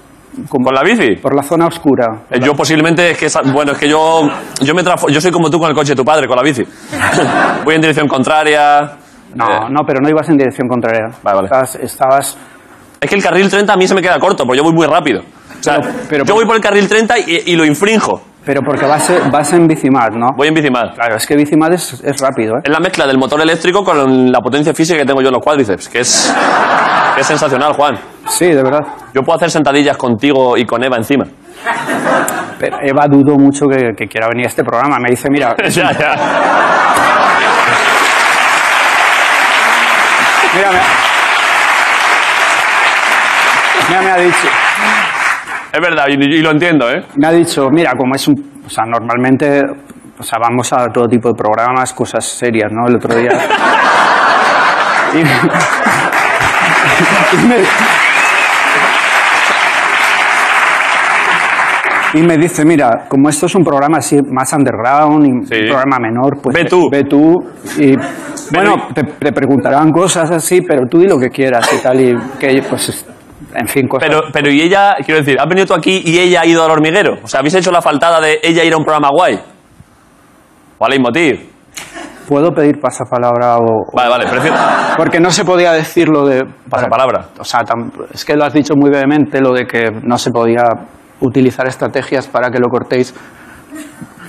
como ¿Con la bici? por la zona oscura. Eh, Yo posiblemente es que esa- bueno es que yo yo me trafo- yo soy como tú con el coche de tu padre con la bici. Voy en dirección contraria. No, Eh, no, pero no ibas en dirección contraria. Vale, vale. Estabas. estabas- Es que el carril 30 a mí se me queda corto, porque yo voy muy rápido. O sea, Pero- pero- yo voy por el carril 30 y, y lo infrinjo. pero porque vas, eh, vas en Bicimad, ¿no? Voy en bici mal. Claro, es que Bicimad es, es rápido, ¿eh? Es la mezcla del motor eléctrico con la potencia física que tengo yo en los cuádriceps, que es, que es sensacional, Juan. Sí, de verdad. Yo puedo hacer sentadillas contigo y con Eva encima. Pero Eva dudó mucho que, que quiera venir a este programa. Me dice, mira, ya, ya. Mira, me ha, Mira, me ha dicho, Es verdad, y, y lo entiendo, ¿eh? me ha dicho, mira, como es un, o sea, normalmente, o sea, vamos a todo tipo de programas, cosas serias, ¿no? El otro día. Y me- y me, y me dice, mira, como esto es un programa así más underground y Sí. un programa menor, pues Ve tú. ve tú y bueno, te, te preguntarán cosas así, pero tú di lo que quieras y tal y que pues en fin, cosas. Pero, pero y ella, quiero decir, has venido tú aquí y ella ha ido al hormiguero. O sea, habéis hecho la faltada de ella ir a un programa guay. O a Leitmotiv. puedo pedir pasapalabra o, Vale, vale, prefiero. porque no se podía decir lo de Pasapalabra. O sea, tam- es que lo has dicho muy brevemente lo de que no se podía utilizar estrategias para que lo cortéis.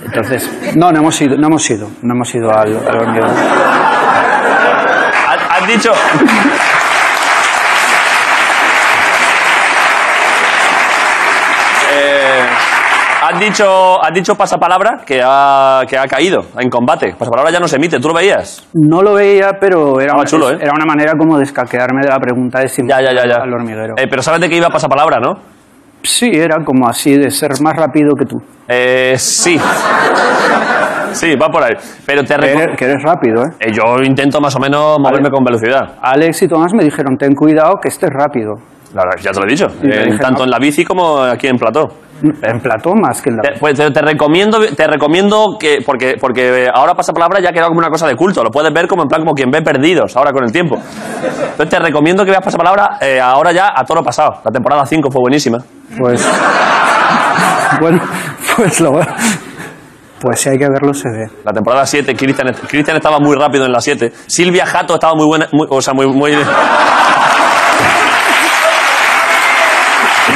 Entonces, no, no hemos ido, no hemos ido, no hemos ido al, al hormiguero. Has, has dicho. Eh, Has dicho, has dicho pasapalabra que ha, que ha caído en combate. Pasapalabra ya no se emite, ¿tú lo veías? No lo veía, pero era, Estaba chulo, ¿eh? era una manera como de escaquearme de la pregunta de si Ya, ya, ya. ya. al hormiguero. Eh, pero sabes de qué iba pasapalabra, ¿no? Sí, era como así, de ser más rápido que tú. Eh, sí. Sí, va por ahí. Pero te Que reco- eres, que eres rápido, ¿eh? Eh, Yo intento más o menos moverme con velocidad. Alex y Tomás me dijeron, ten cuidado que este es rápido. La verdad, ya te lo he dicho. Y te Eh, dije, tanto no. en la bici como aquí en plató. En Platón más que en la... Te, pues te, te recomiendo, te recomiendo que, porque, porque ahora pasa palabra ya ha quedado como una cosa de culto. Lo puedes ver como en plan como quien ve perdidos ahora con el tiempo. Entonces te recomiendo que veas pasapalabra eh, ahora ya a todo lo pasado. La temporada 5 fue buenísima. Pues. bueno, pues lo. Pues si hay que verlo, se ve. La temporada 7, Cristian Cristian estaba muy rápido en la 7. Silvia Jato estaba muy buena. muy- o sea, muy. muy... Iba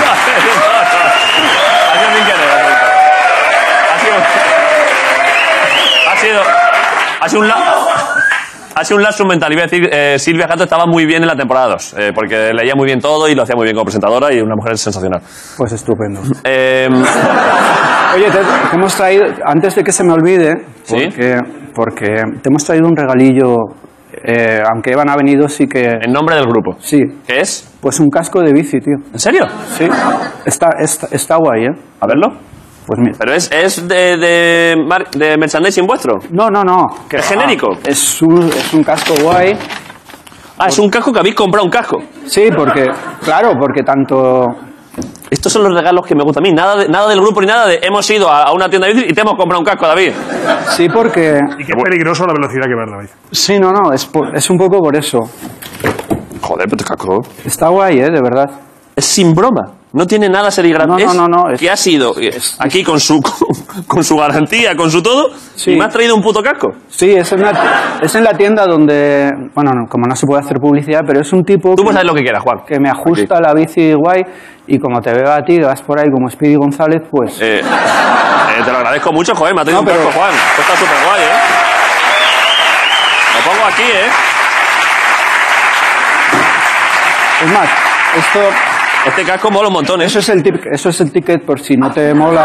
a hacer un- Ha sido sin querer, ha sido- Ha sido. Ha sido un la- Ha sido un lapsus mental. Iba a decir, eh, Silvia Jato estaba muy bien en la temporada 2, eh, porque leía muy bien todo y lo hacía muy bien como presentadora y una mujer sensacional. Pues estupendo. Eh, Oye, te, te hemos traído. Antes de que se me olvide. ¿Sí? Porque, porque te hemos traído un regalillo. eh, aunque Evan ha venido, sí que. en nombre del grupo. Sí. ¿Qué es? Pues un casco de bici, tío. ¿En serio? Sí. Está, está, está guay, ¿eh? A verlo. Pues mira. Pero es, es de, de, mar- de merchandising vuestro. No, no, no. ¿Es genérico? Es un, es un casco guay. Ah, es un casco que habéis comprado un casco. Sí, porque. Claro, porque tanto. Estos son los regalos que me gustan a mí. Nada, de- nada del grupo ni nada de hemos ido a, a una tienda de bici y te hemos comprado un casco, David. Sí, porque. Y que es peligroso la velocidad que va la bici. Sí, no, no. Es, por- es un poco por eso. Joder, pero este casco. Está guay, ¿eh? De verdad. Es sin broma. No tiene nada serigrafía. No, no, Es no, no, es- Que ha sido eh, aquí con su, con su garantía, con su todo, Sí. y me has traído un puto casco. Sí, es en, la, es en la tienda donde... Bueno, no, como no se puede hacer publicidad, pero es un tipo Tú que, puedes saber lo que quieras, Juan. que me ajusta la bici guay y como te veo a ti, que vas por ahí como Speedy González, pues... Eh, eh, te lo agradezco mucho, joder, me ha traído No, un pero- casco, Juan. Esto está súper guay, ¿eh? Lo pongo aquí, ¿eh? Es más, esto, Este casco mola un montón, ¿eh? eso, es el tic- eso es el ticket por si no te mola.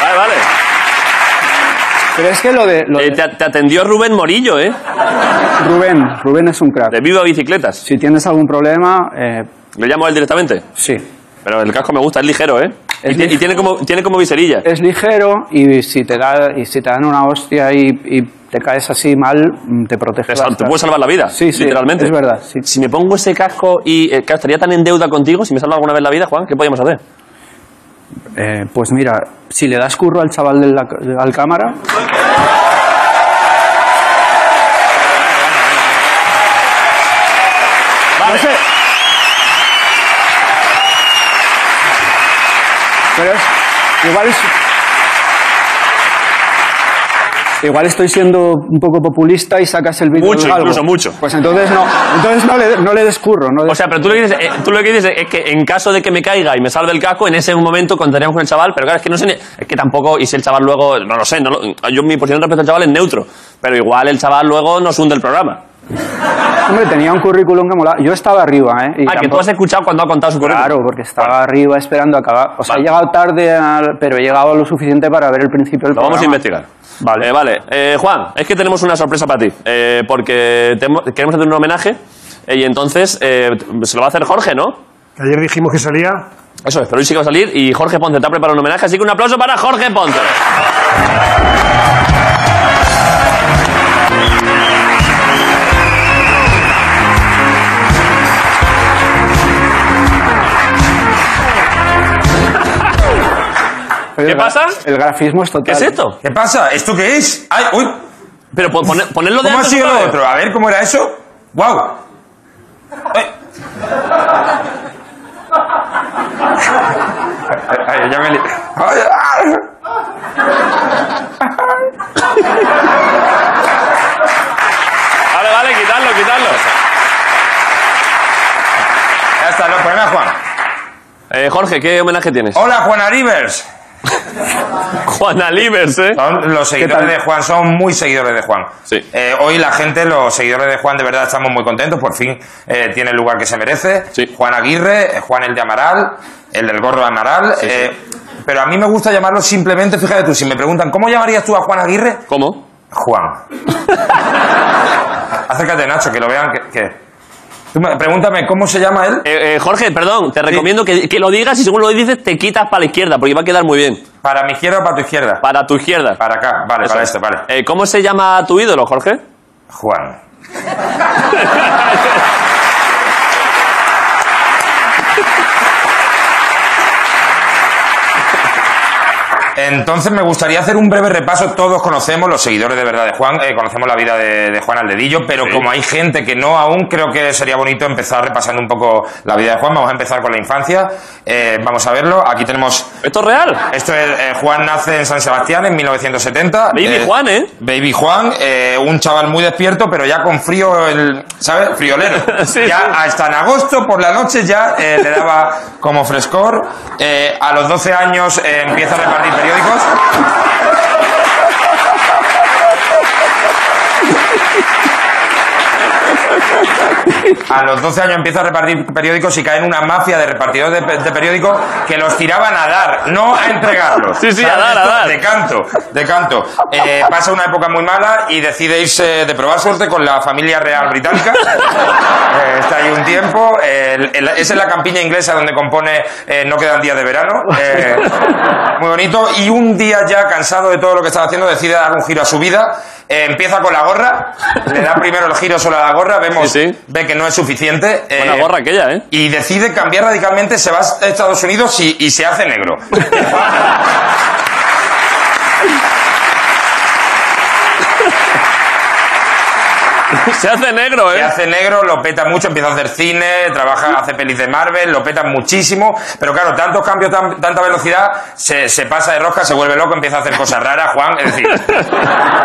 Vale, vale. Pero es que lo de... Lo Eh, de te, te atendió Rubén Morillo, ¿eh? Rubén, Rubén es un De crack. Viva Bicicletas. Si tienes algún problema, eh, ¿Le llamo a él directamente? sí. Pero el casco me gusta, es ligero, ¿eh? Es y, ti- y ligero. tiene como tiene como viserilla. Es ligero y si te, da, y si te dan una hostia y, y te caes así mal, mm, te protege. Te, sal- te bastante. puede salvar la vida, Sí, sí, literalmente. es verdad, sí. Si me pongo ese casco y eh, claro, estaría tan en deuda contigo, si me salva alguna vez la vida, Juan, ¿qué podríamos hacer? Eh, pues mira, si le das curro al chaval de la, de- al cámara, Vale. pero es, igual es... Igual estoy siendo un poco populista y sacas el vídeo Mucho, del galgo. incluso mucho. Pues entonces no, entonces no le, no le des curro. No O sea, pero tú lo, que dices, eh, tú lo que dices es que en caso de que me caiga y me salve el casco, en ese momento contaríamos con el chaval, pero claro, es que no sé, ni- es que tampoco, y si el chaval luego, no lo sé, no lo- yo mi posición respecto al chaval es neutro, pero igual el chaval luego nos hunde el programa. Hombre, tenía un currículum que molaba. Yo estaba arriba, ¿eh? Y ah, que tú tampoco- has escuchado cuando ha contado su currículum. Claro, porque estaba arriba esperando acabar. O sea, Vale. he llegado tarde, al- pero he llegado lo suficiente para ver el principio del Lo vamos a programa. investigar. Vale, vale. Eh, Juan, es que tenemos una sorpresa para ti, eh, porque te hemos- queremos hacer un homenaje eh, y entonces eh, se lo va a hacer Jorge, ¿no? Que ayer dijimos que salía. Eso es, pero hoy sí que va a salir y Jorge Ponce te ha preparado un homenaje, así que un aplauso para Jorge Ponce. Pero ¿Qué el- pasa? El grafismo es total. ¿Qué es esto? ¿Qué pasa? ¿Esto qué es? Ay, uy, Pero po- pone- ponerlo de ¿Cómo ha antes sido otra lo vez. otro? A ver, ¿cómo era eso? ¡Guau! Ay. Ay, ya me li- Ay, ay. Vale, vale, quitarlo, quitarlo. Ya está, lo ponemos, Juan. Eh, Jorge, ¿qué homenaje tienes? Hola, Juana Rivers. Juana Livers, ¿eh? Son- los seguidores de Juan son muy seguidores de Juan. Sí. Eh, hoy la gente, los seguidores de Juan, de verdad estamos muy contentos. Por fin eh, tiene el lugar que se merece. Sí. Juan Aguirre, eh, Juan el de Amaral, el del gordo de Amaral. eh, Pero a mí me gusta llamarlo simplemente, fíjate tú, si me preguntan, ¿cómo llamarías tú a Juan Aguirre? ¿Cómo? Juan. Acércate, Nacho, que lo vean. Que, que- Tú me- pregúntame, ¿cómo se llama él? Eh, eh, Jorge, perdón, te recomiendo que, que lo digas y según lo dices te quitas para la izquierda porque va a quedar muy bien. ¿Para mi izquierda o para tu izquierda? Para tu izquierda. Para acá, vale, Eso para es. esto, vale. Eh, ¿Cómo se llama tu ídolo, Jorge? Juan. Entonces me gustaría hacer un breve repaso. Todos conocemos, los seguidores de verdad de Juan, eh, conocemos la vida de, de Juan al dedillo, pero como hay gente que no aún, creo que sería bonito empezar repasando un poco la vida de Juan. Vamos a empezar con la infancia. Eh, vamos a verlo. Aquí tenemos ¿Esto es real? esto es, eh, Juan nace en San Sebastián en 1970. Baby Juan, ¿eh? Baby Juan, eh, un chaval muy despierto, pero ya con frío, el, ¿sabes? Friolero. Sí, ya sí. hasta en agosto por la noche ya eh, le daba como frescor. Eh, a los 12 años eh, empieza a repartir periódicos. A los 12 años empieza a repartir periódicos y cae en una mafia de repartidores de, pe- de periódicos que los tiraban a dar, no a entregarlos. Sí, sí, a ¿Sabes dar, a esto? dar. De canto, de canto. Eh, pasa una época muy mala y decide irse de probar suerte con la familia real británica. Eh, está ahí un tiempo. Eh, el- el- es en la campiña inglesa donde compone eh, No quedan días de verano. Eh, muy bonito. Y un día ya cansado de todo lo que estaba haciendo, decide dar un giro a su vida. Eh, empieza con la gorra. Le da primero el giro solo a la gorra. Vemos Sí, sí. ve que no es suficiente. eh, Buena gorra aquella, ¿eh? Y decide cambiar radicalmente, se va a Estados Unidos y, y se hace negro. Se hace negro, Se ¿eh? hace negro, lo peta mucho, empieza a hacer cine, trabaja, hace pelis de Marvel, lo peta muchísimo. Pero claro, tantos cambios, tan- tanta velocidad, se, se pasa de rosca, se vuelve loco, empieza a hacer cosas raras, Juan. Es decir,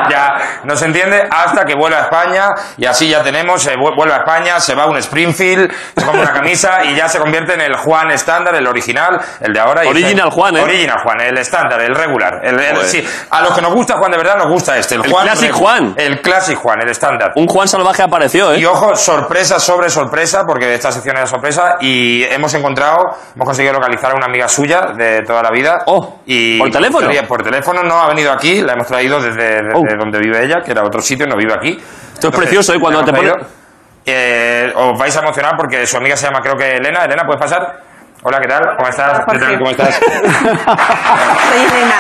ya no se entiende hasta que vuelve a España y así ya tenemos, se vu- vuelve a España, se va a un Springfield, se compra una camisa y ya se convierte en el Juan estándar, el original, el de ahora. y Original este- Juan, ¿eh? Original Juan, el estándar, el regular. el- el- Joder. sí, a los que nos gusta Juan, de verdad nos gusta este. El, El Juan Classic regu- Juan. El Classic Juan, el estándar. Un Juan salvaje apareció, Y ¿eh? ojo, sorpresa sobre sorpresa, porque esta sección era sorpresa, y hemos encontrado, hemos conseguido localizar a una amiga suya de toda la vida. Oh, y ¿por teléfono? Por teléfono no ha venido aquí, la hemos traído desde, desde Oh. donde vive ella, que era otro sitio y no vive aquí. Esto precioso, ¿eh? Cuando te pone- eh, os vais a emocionar porque su amiga se llama, creo que Elena. Elena, ¿puedes pasar? Hola, ¿qué tal? ¿Cómo estás? ¿Qué tal? ¿Cómo estás? Soy Elena.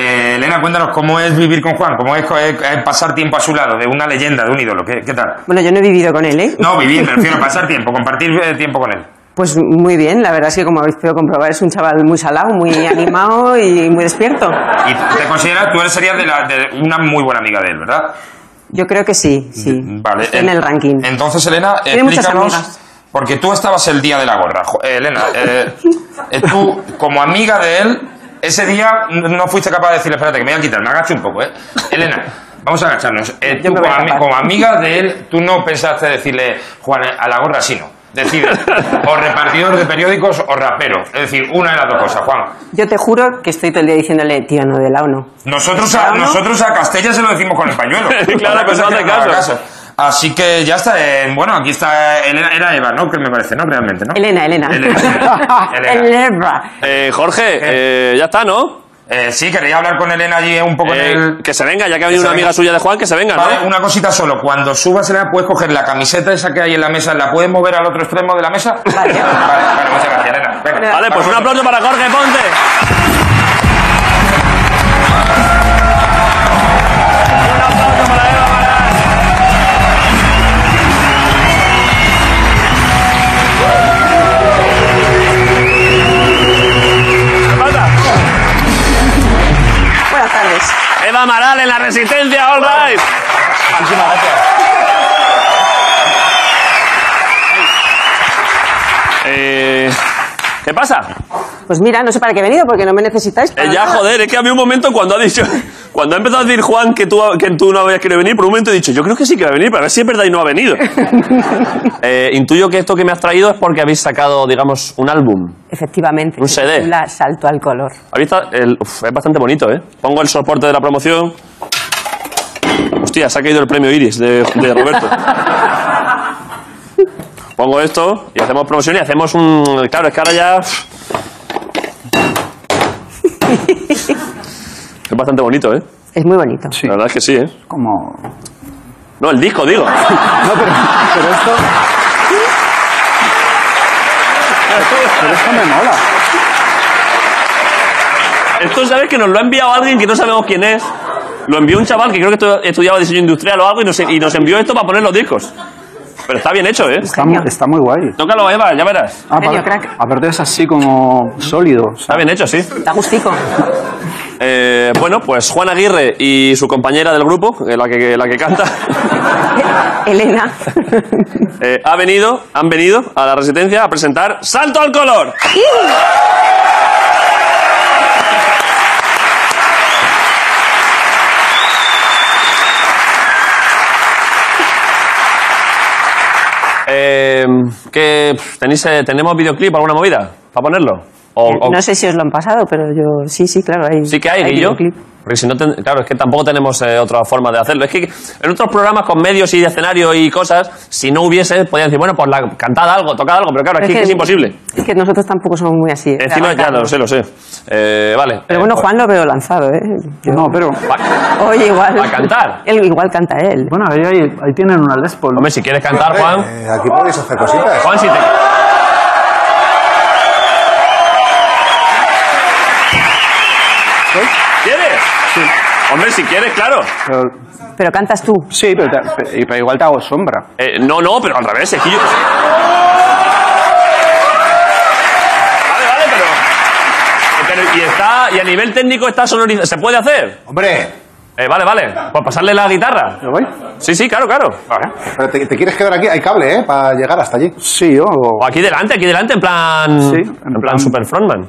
Eh, Elena, cuéntanos cómo es vivir con Juan, cómo es, es- es pasar tiempo a su lado, de una leyenda, de un ídolo. ¿Qué, qué tal? Bueno, yo no he vivido con él, ¿eh? No, vivir, me refiero a pasar tiempo, compartir eh, tiempo con él. Pues muy bien, la verdad es que como habéis podido comprobar es un chaval muy salado, muy animado y muy despierto. Y te consideras, tú eres- serías de, la- de una muy buena amiga de él, ¿verdad? Yo creo que sí, sí. Vale. En el ranking. Entonces, Elena, Tiene muchas explícanos. amigas. Porque tú estabas el día de la gorra. Jo- eh, Elena, eh, eh, tú, como amiga de él, ese día n- no fuiste capaz de decirle, espérate, que me voy a quitar, me agacho un poco, ¿eh? Elena, vamos a agacharnos. Eh, Yo tú, me voy como, a ami- tapar. como amiga de él, tú no pensaste decirle, Juan, eh, a la gorra sí no. Decide, o repartidor de periódicos o rapero. Es decir, una de las dos cosas, Juan. Yo te juro que estoy todo el día diciéndole, tío, no de lado no. Nosotros a, Claro. nosotros a Castella se lo decimos con el pañuelo. Claro, Otra pero cosa no es hace haga caso. Así que ya está. eh, bueno, aquí está. eh, Elena, era Eva, ¿no? Que me parece, ¿no? Realmente, ¿no? Elena, Elena. Elena. Elena. Elena. Eh, Jorge, eh, ya está, ¿no? Eh, sí, quería hablar con Elena allí un poco en Eh, el. que se venga, ya que ha venido se una amiga venga. suya de Juan, que se venga, ¿no? Vale, una cosita solo. Cuando subas, Elena, puedes coger la camiseta esa que hay en la mesa. ¿La puedes mover al otro extremo de la mesa? Vale, vale, muchas gracias, Elena. Venga, Vale, pues un vamos. aplauso para Jorge Ponte. Un aplauso para Eva Maral. Buenas tardes. Eva Maral en la resistencia, all right. Muchísimas gracias. Eh, ¿Qué pasa? Pues mira, no sé para qué he venido porque no me necesitáis. para Eh, ya, nada. joder, es que había un momento cuando ha dicho. Cuando ha empezado a decir Juan que tú, que tú no habías querido venir, por un momento he dicho, yo creo que sí que va a venir, pero a ver si es verdad y no ha venido. Eh, intuyo que esto que me has traído es porque habéis sacado, digamos, un álbum. Efectivamente. Un se CD. titula Salto al color. Habéis tra- el- uf, es bastante bonito, ¿eh? Pongo el soporte de la promoción. Hostia, se ha caído el premio Iris de, de Roberto. Pongo esto y hacemos promoción y hacemos un. Claro, es que ahora ya. Es bastante bonito, ¿eh? Es muy bonito. La verdad es que sí, ¿eh? Como... No, el disco, digo. No, pero, pero esto... Pero esto me mola. Esto, ¿sabes? Que nos lo ha enviado alguien que no sabemos quién es. Lo envió un chaval que creo que estu- estudiaba diseño industrial o algo y nos, y nos envió esto para poner los discos. Pero está bien hecho, ¿eh? Está, mu- está muy guay. Tócalo, Eva, ya verás. Ah, Genio, aparte- crack. aparte es así como sólido. o sea, Está bien hecho, sí. Está gustico. Eh, bueno, pues Juan Aguirre y su compañera del grupo, eh, la que, la que canta, Elena. eh, ha venido, han venido a la Resistencia a presentar Salto al Color. Eh, ¿qué- tenéis, eh, ¿Tenemos videoclip, alguna movida para ponerlo? O- o- No sé si os lo han pasado, pero yo sí, sí, claro. Hay, Oh. Sí que hay, Guillo. videoclip. Porque si no ten- claro, es que tampoco tenemos eh, otra forma de hacerlo. Es que en otros programas con medios y de escenario y cosas, si no hubiese, podían decir, bueno, pues la, cantad algo, tocad algo, pero claro, Pero aquí es, que es imposible. Es que nosotros tampoco somos muy así. de Encima, ya arrancarnos. lo sé, lo sé. Eh, vale. Pero Eh, bueno, pues- Juan lo veo lanzado, ¿eh? Yo- No, pero... Oye, igual. ¿Va a cantar? Él, igual canta él. Bueno, ahí, ahí, ahí tienen una Les Paul. Hombre, si quieres cantar, Juan. Eh, aquí podéis hacer cositas. Juan, si te. ¿Quieres? Hombre, si quieres, claro. Pero- Pero cantas tú. sí, pero, te- pe- pero igual te hago sombra. Eh, no, no, pero al revés, es que yo... Vale, vale, pero... pero y, está, y a nivel técnico está sonorizado. ¿Se puede hacer? Hombre, Eh, vale, vale. Pues pasarle la guitarra. ¿Lo voy? Sí, sí, claro, claro. pero te, te quieres quedar aquí. Hay cable, ¿eh? Para llegar hasta allí. Sí, yo... O Pues aquí delante, aquí delante, en plan. Sí, en plan, en plan- super frontman.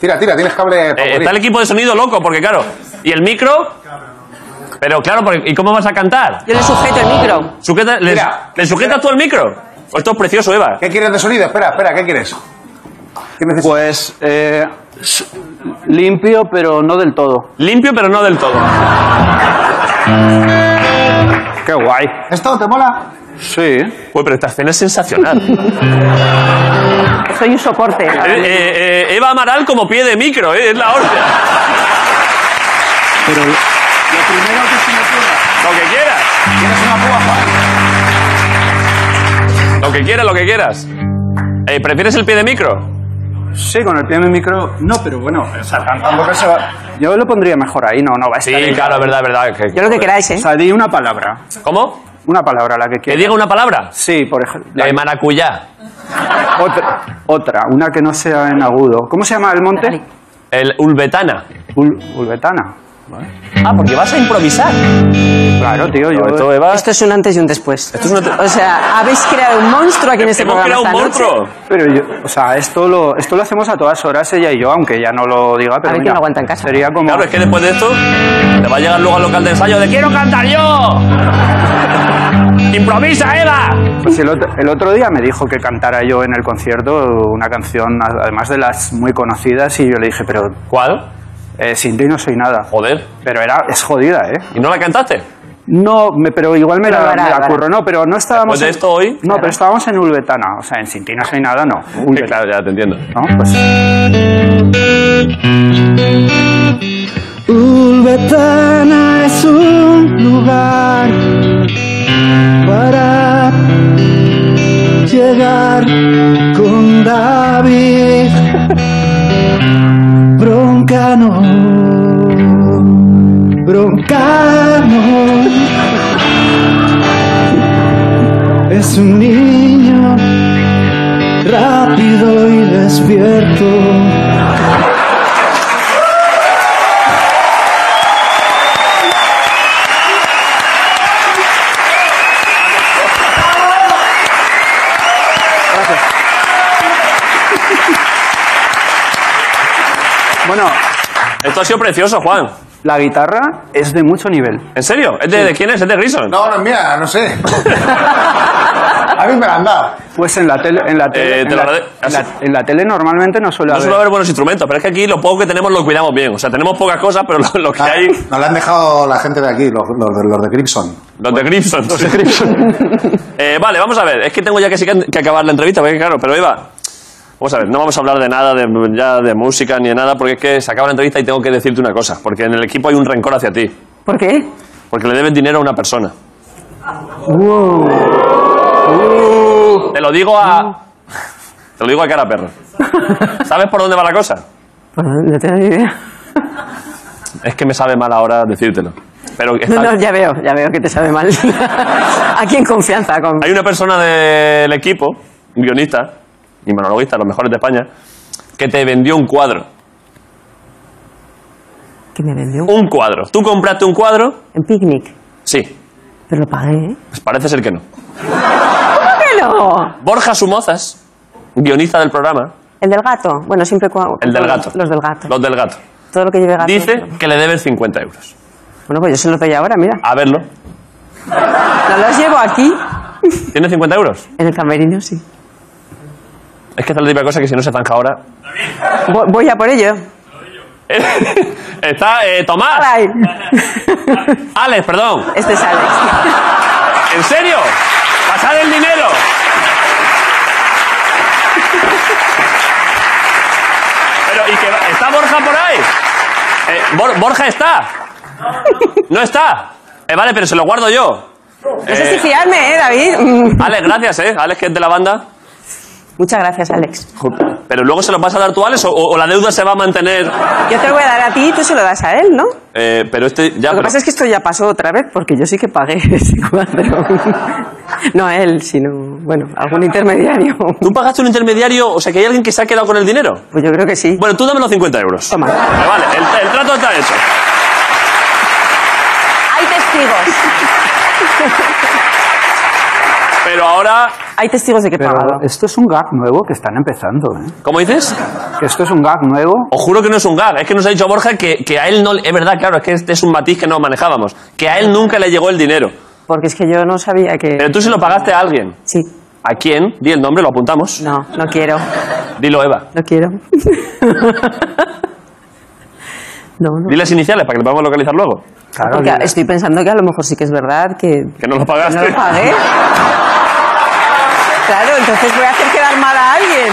Tira, tira, tienes cable. para Eh, morir. está el equipo de sonido loco, porque claro. ¿Y el micro? Pero claro, porque- ¿y cómo vas a cantar? Yo le sujeto el micro. Sujeta- le, Mira. le sujetas tú el micro? Esto es precioso, Eva. ¿Qué quieres de sonido? Espera, espera, ¿qué quieres? ¿Qué necesitas? Pues eh, s- limpio, pero no del todo. Limpio, pero no del todo. Qué guay. ¿Esto te mola? Sí. Pues, pero esta escena es sensacional. Soy un soporte. Eh, eh, eh, Eva Amaral como pie de micro, eh, es la hostia. Pero lo primero que se me ocurre Lo que quieras. ¿Quieres una púa, Juan? Lo que quieras, lo que quieras. Eh, ¿Prefieres el pie de micro? Sí, con el pie en el micro. No, pero bueno, o sea, tam- tampoco se va. Yo lo pondría mejor ahí, no, no va a Sí, estar. ahí. claro, es verdad, es verdad. que- Yo lo que queráis, O ¿eh? sea, di una palabra. ¿Cómo? Una palabra, la que ¿Que quieras. diga una palabra? Sí, por ejemplo. La de maracuyá. Otra, otra, una que no sea en agudo. ¿Cómo se llama el monte? El ulbetana. Ul- Ulvetana. Ah, porque vas a improvisar. Claro, tío, yo. Esto Eva, Esto es un antes y un después. O sea, habéis creado un monstruo aquí en este Hemos programa. creado un esta noche. monstruo. Pero yo, o sea, esto lo, esto lo hacemos a todas horas ella y yo, aunque ya no lo diga, pero A ver quién mira, lo aguanta en casa. sería como Claro, es que después de esto te va a llegar luego al local de ensayo de ¡Quiero cantar yo! ¡Improvisa, Eva! Pues el, otro, el otro día me dijo que cantara yo en el concierto una canción, a- además de las muy conocidas, y yo le dije, pero ¿Cuál? eh, sin ti no soy nada. Joder. Pero era, es jodida, ¿eh? ¿Y no la cantaste? No, me- pero igual me la, Pero lo hará, me la lo hará. curro, no, pero no estábamos... Después de en- esto hoy- ¿eh? No, pero estábamos en Ulvetana, o sea, en Sin ti no soy nada, no. Sí, Ulvetana, claro, ya te entiendo. ¿no? Pues Ulvetana es un lugar para llegar con David Broncano. Broncano es un niño rápido y despierto. bueno, Esto ha sido precioso, Juan. la guitarra es de mucho nivel. ¿En serio? ¿Es de, de quién es? ¿Es de Grison? No, no es mía, no sé. A mí me la han dado. Pues en la tele, en la tele, Eh, en, te lo la, agrade- en la- en la tele normalmente no suele No haber. suele haber buenos instrumentos, pero es que aquí lo poco que tenemos lo cuidamos bien. O sea, tenemos pocas cosas, pero lo, lo que Ah, hay... Nos la han dejado la gente de aquí, los, los de- los de Grixon. Los de Grimson. Los de vale, vamos a ver. Es que tengo ya que, sí que, que acabar la entrevista, porque claro, pero Eva... Vamos a ver, no vamos a hablar de nada, de, ya de música ni de nada, porque es que se acaba la entrevista y tengo que decirte una cosa. Porque en el equipo hay un rencor hacia ti. ¿Por qué? Porque le debes dinero a una persona. Te lo digo a... Te lo digo a cara a perro. ¿Sabes por dónde va la cosa? Pues no tengo ni idea. Es que me sabe mal ahora decírtelo. Pero No, está- no, ya veo, ya veo que te sabe mal. Aquí en confianza. Con... hay una persona del equipo, un guionista y monologuista, los mejores de España, que te vendió un cuadro. Que me vendió un- Un cuadro. ¿Tú compraste un cuadro? en picnic, Sí. pero lo pagué. ¿eh? Pues parece ser que no. ¡Pero! Borja Sumozas, guionista del programa, El del gato. Bueno, siempre cua- el del gato. Los del gato. Los del gato. Todo lo que lleve gato. Dice que le debes 50 euros. Bueno, pues yo se los doy ahora, mira. A verlo. No los llevo aquí. ¿Tienes 50 euros? En el camerino, sí. Es que esta es la típica cosa que si no se zanja ahora... Voy, voy a por ello. Está eh, Tomás. Bye. Alex, perdón. Este es Alex. ¿En serio? ¡Pasar el dinero! Pero, ¿y que va- ¿Está Borja por ahí? Eh, Bor- ¿Borja está? ¿No está? Eh, vale, pero se lo guardo yo. No sé si fiarme, ¿eh, David? Mm. Alex, gracias, ¿eh? Alex, que es de la banda. Muchas gracias, Alex. Pero luego se lo vas a dar tú, Alex, o, o la deuda se va a mantener. Yo te lo voy a dar a ti y tú se lo das a él, ¿no? Eh, pero este ya. lo que pero- pasa es que esto ya pasó otra vez porque yo sí que pagué ese cuadro. no a él, sino, bueno, algún intermediario. ¿Tú pagaste un intermediario? O sea, que hay alguien que se ha quedado con el dinero. Pues yo creo que sí. Bueno, tú dame los 50 euros. Toma. Eh, Vale, el- el trato está hecho. Hay testigos. Pero ahora, Hay testigos de que he Pero pagado. esto es un gag nuevo que están empezando, ¿eh? ¿cómo dices? Que esto es un gag nuevo. Os juro que no es un gag. Es que nos ha dicho Borja que, que a él no... Es verdad, claro, es que este es un matiz que no manejábamos. Que a él nunca le llegó el dinero. Porque es que yo no sabía que... Pero tú se lo pagaste a alguien. Sí. ¿A quién? Di el nombre, lo apuntamos. No, no quiero. Dilo, Eva. No quiero. no, no. Di las iniciales para que lo podamos localizar luego. Porque estoy pensando que a lo mejor sí que es verdad que Que no lo que no pagaste. lo pagué. Claro, entonces voy a hacer quedar mal a alguien.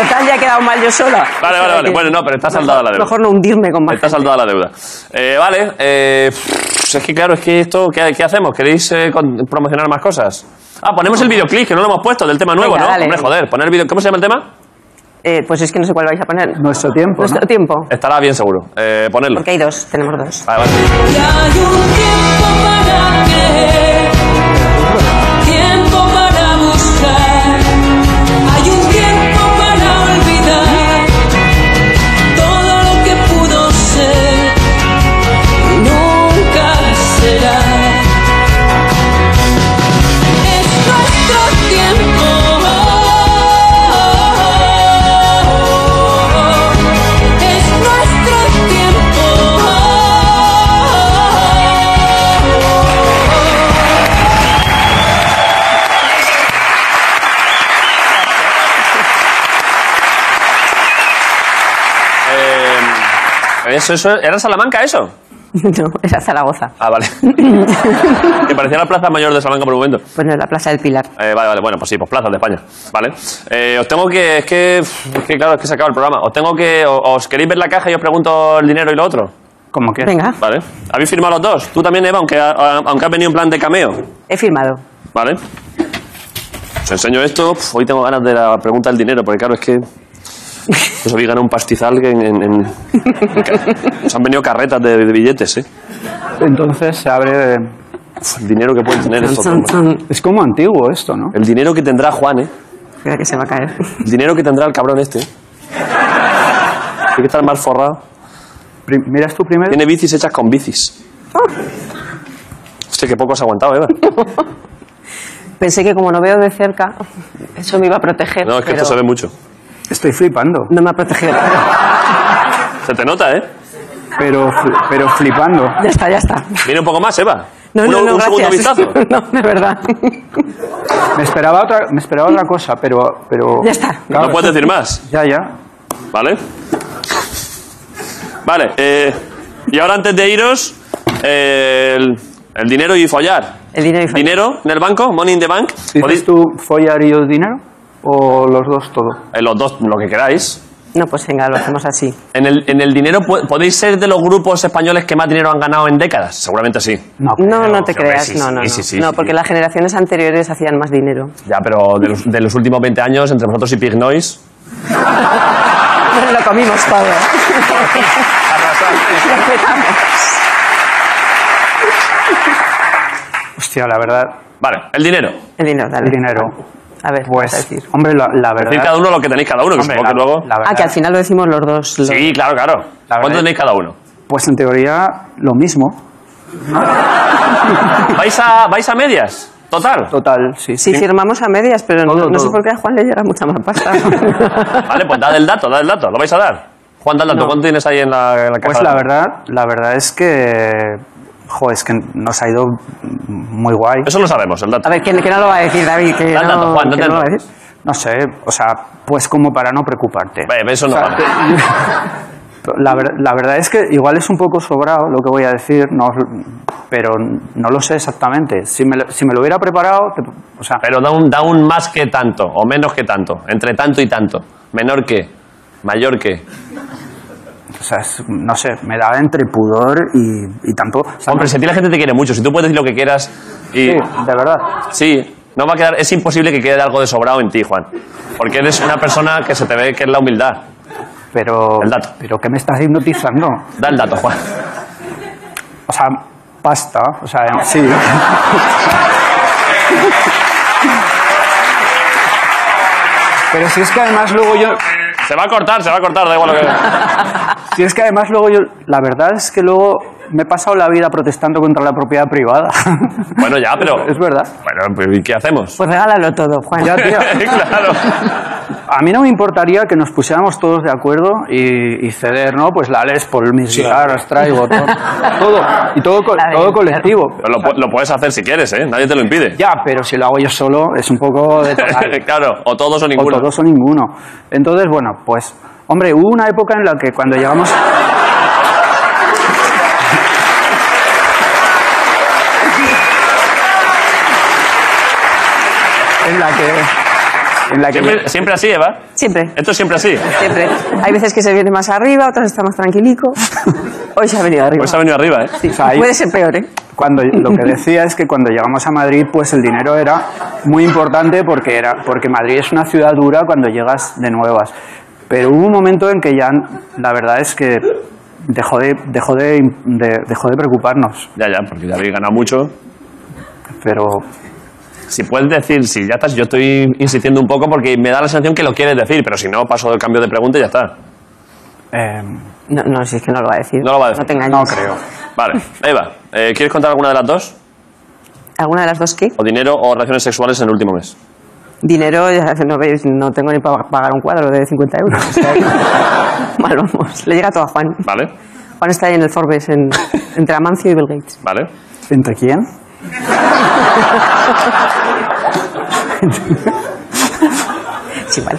Total, ya he quedado mal yo sola. Vale, vale, vale. Bueno, no, pero está saldada la deuda. Mejor no hundirme con más. Está saldada la deuda. Eh, vale, eh, pff, es que claro, es que esto, ¿qué, qué hacemos? ¿Queréis eh, con- promocionar más cosas? Ah, ponemos el videoclip, que no lo hemos puesto, del tema nuevo, Venga, ¿no? dale. Hombre, joder, poner video... ¿Cómo se llama el tema? Eh, pues es que no sé cuál vais a poner. Nuestro tiempo. Nuestro tiempo. Estará bien seguro. Eh, ponerlo. Porque hay dos, tenemos dos. Vale, vale. Hay un tiempo para creer, tiempo para buscar, hay un tiempo para olvidar todo lo que pudo ser, nunca será. Es nuestro tiempo. Es nuestro tiempo. Eh, eso, eso, ¿Era Salamanca eso? No, es a Zaragoza. Ah, vale. que parecía la Plaza Mayor de Salamanca por un momento. Pues no, es la Plaza del Pilar. Eh, vale, vale, bueno, pues sí, pues plazas de España. Vale. Eh, os tengo que. Es que. Es que claro, es que se acaba el programa. Os tengo que. o- ¿Os queréis ver la caja y os pregunto el dinero y lo otro? Como que. Venga, Vale. ¿Habéis firmado los dos? Tú también, Eva, aunque, a- aunque has venido en plan de cameo. he firmado. Vale. Os enseño esto. Uf, hoy tengo ganas de la pregunta del dinero, porque claro, es que. Os habéis ganado un pastizal que en. en- en- en ca- os han venido carretas de, de billetes, ¿eh? Entonces se abre. Uf, el dinero que pueden tener estos Chun, hombres. chun, chun. Es como antiguo esto, ¿no? El dinero que tendrá Juan, ¿eh? Espera que se va a caer. El dinero que tendrá el cabrón este. Tiene que estar más forrado. Pri- Miras tú primero. Tiene bicis hechas con bicis. Ah. Hostia, qué poco has aguantado, Eva. Pensé que como no veo de cerca, eso me iba a proteger. No, es que pero esto se ve mucho. Estoy flipando. No me ha protegido. Se te nota, ¿eh? Pero, fl- pero flipando. Ya está, ya está. Viene un poco más, Eva. No, un, no, no, un segundo gracias. vistazo. No, de verdad. Me esperaba otra, me esperaba otra cosa, pero, pero. Ya está. No puedes decir más, Ya, ya. ¿vale? Vale, eh, y ahora antes de iros, eh, el, el dinero y follar. El dinero y falta. Dinero en el banco, money in the bank. ¿Dices Podéis- tú follar y yo dinero? ¿O los dos todo? eh, los dos, lo que queráis. No, pues venga, lo hacemos así. En el, en el dinero po- podéis ser de los grupos españoles que más dinero han ganado en décadas. Seguramente sí. No, no te hombre, creas. sí, No, no, sí, no. sí, sí, No, sí. porque las generaciones anteriores hacían más dinero. Ya, pero de los, de los últimos 20 años, entre vosotros y Pig Noise. Nos lo comimos todo. Lo petamos. Hostia, la verdad. Vale, el dinero. El dinero, dale. El dinero. A ver, ¿qué vas a Pues. decir. Hombre, la, la verdad. Decid cada uno lo que tenéis cada uno, que hombre, supongo la, que luego. la verdad- Ah, que al final lo decimos los dos. lo- Sí, claro, claro. La ¿Cuánto verdad- tenéis cada uno? Pues en teoría, lo mismo. ¿Vais a, vais a medias? Total. Total, sí. Sí, firmamos a medias, pero no, Todo, no sé todo. por qué a Juan le llega mucha más pasta. Vale, pues dad el dato, dad el dato. ¿Lo vais a dar? Juan, da el dato. No. ¿Cuánto tienes ahí en la, en la caja? Pues la verdad, la verdad es que. Jo, es que nos ha ido muy guay. Eso lo sabemos, el dato. A ver, ¿quién, quién no lo va a decir, David? Que Da el no, dato, Juan, que dadlo. no lo va a decir. No sé, o sea, pues como para no preocuparte. Ve, ve, eso no O sea, vale. La, ver- la verdad es que igual es un poco sobrado lo que voy a decir, no os- pero no lo sé exactamente. Si me lo, si me lo hubiera preparado, te- o sea, Pero da un, da un más que tanto, o menos que tanto. Entre tanto y tanto. Menor que. Mayor que. o sea, es- no sé, me da entre pudor y, y tampoco. o sea, Hombre, no- si a ti la gente te quiere mucho, si tú puedes decir lo que quieras y... sí, de verdad. Sí, no va a quedar... Es imposible que quede algo de sobrado en ti, Juan. Porque eres una persona que se te ve que es la humildad. Pero, El dato. pero ¿qué me estás hipnotizando? Da el dato, Juan. O sea, pasta, o sea, en- sí. Pero si es que además luego yo, Se va a cortar, se va a cortar, da igual lo que... Si es que además luego yo, la verdad es que luego me he pasado la vida protestando contra la propiedad privada. Bueno, ya, pero- Es verdad. Bueno, pues ¿y qué hacemos? Pues regálalo todo, Juan. Ya, tío. claro. A mí no me importaría que nos pusiéramos todos de acuerdo y, y ceder, ¿no? Pues la Les por mis guitarras, traigo, todo. todo y todo, co- La de- todo colectivo. Pero Lo, pu- lo puedes hacer si quieres, ¿eh? Nadie te lo impide. Ya, pero si lo hago yo solo es un poco de total. claro, o todos o O ninguno. todos o ninguno. Entonces, bueno, pues, hombre, hubo una época en la que cuando llegamos... en la que... en la que Siempre, siempre así, Eva. Siempre. Esto es siempre así. Siempre. Hay veces que se viene más arriba, otras está más tranquilico. Hoy se ha venido arriba. Hoy se ha venido arriba, ¿eh? O sea, ahí- Puede ser peor, ¿eh? Cuando, lo que decía es que cuando llegamos a Madrid, pues el dinero era muy importante porque, era, porque Madrid es una ciudad dura cuando llegas de nuevas. Pero hubo un momento en que ya la verdad es que dejó de, dejó de, de- dejó de preocuparnos. Ya, ya, porque ya habéis ganado mucho. Pero Si puedes decir, si ya estás, yo estoy insistiendo un poco porque me da la sensación que lo quieres decir, pero si no, paso del cambio de pregunta y ya está. No, no, si es que no lo va a decir. No lo va a decir. No te engañes. No creo. Vale, Eva, eh, ¿quieres contar alguna de las dos? ¿Alguna de las dos qué? O dinero o relaciones sexuales en el último mes. Dinero, ya no, veis, no tengo ni para pagar un cuadro de 50 euros. o sea que- Mal vamos. Le llega todo a Juan. Vale. Juan está ahí en el Forbes, en- entre Amancio y Bill Gates. Vale. ¿entre quién? Es igual.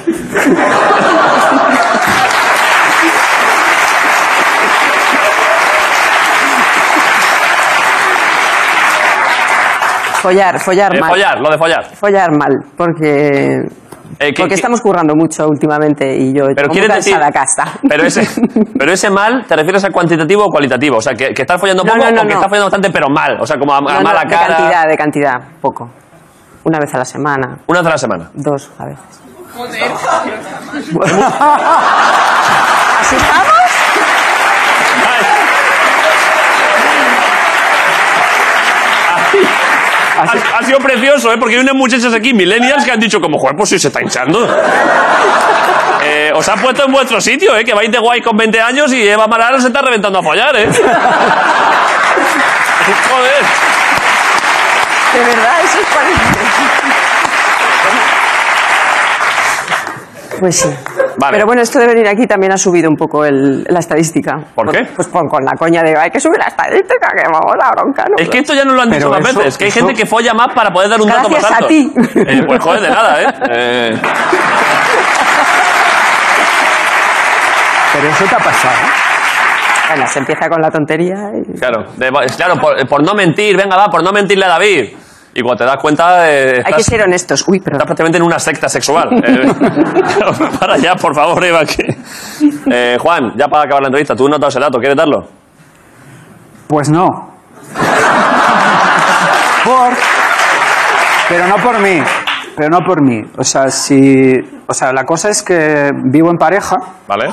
Follar, follar Eh, mal. follar, lo de follar. Follar mal, porque, Eh, ¿qué- porque qué- estamos currando mucho últimamente y yo Pero estoy muy quieres decir- cansada a casa. Pero ese, pero ese mal, ¿te refieres a cuantitativo o cualitativo? O sea, que, que estás follando No, poco no, o no, que no. estás follando bastante, pero mal. O sea, como a, a No, no, mala de cara. cantidad, de cantidad, poco. Una vez a la semana, Una vez a la semana. dos a veces. ¿Así estamos? Ha, ha sido precioso, ¿eh? Porque hay unas muchachas aquí, millennials, que han dicho como, joder, pues sí se está hinchando. Eh, os ha puesto en vuestro sitio, ¿eh? Que vais de guay con 20 años y Eva Maral se está reventando a follar, ¿eh? Joder. De verdad, Ah, eso es parecido. Pues sí. Vale. Pero bueno, esto de venir aquí también ha subido un poco el- la estadística. ¿Por qué? Pues pon con la coña de hay que subir la estadística, que vamos la bronca. ¿no? Es que esto ya nos lo han dicho Pero más eso- veces, que hay eso- gente que folla más para poder dar un dato más Gracias a alto. ti. Eh, pues joder, de nada, ¿eh? Eh, Pero eso te ha pasado. Bueno, se empieza con la tontería. y- claro, de- claro por, por no mentir, venga, va, por no mentirle a David. Y cuando te das cuenta, eh, Hay que estás, ser honestos. Uy, pero estás prácticamente en una secta sexual. Eh, para ya, por favor, Eva. que- Eh, Juan, ya para acabar la entrevista, tú no has dado ese dato, ¿quieres darlo? Pues no. Por. Pero no por mí. Pero no por mí. O sea, si. O sea, la cosa es que vivo en pareja. ¿Vale?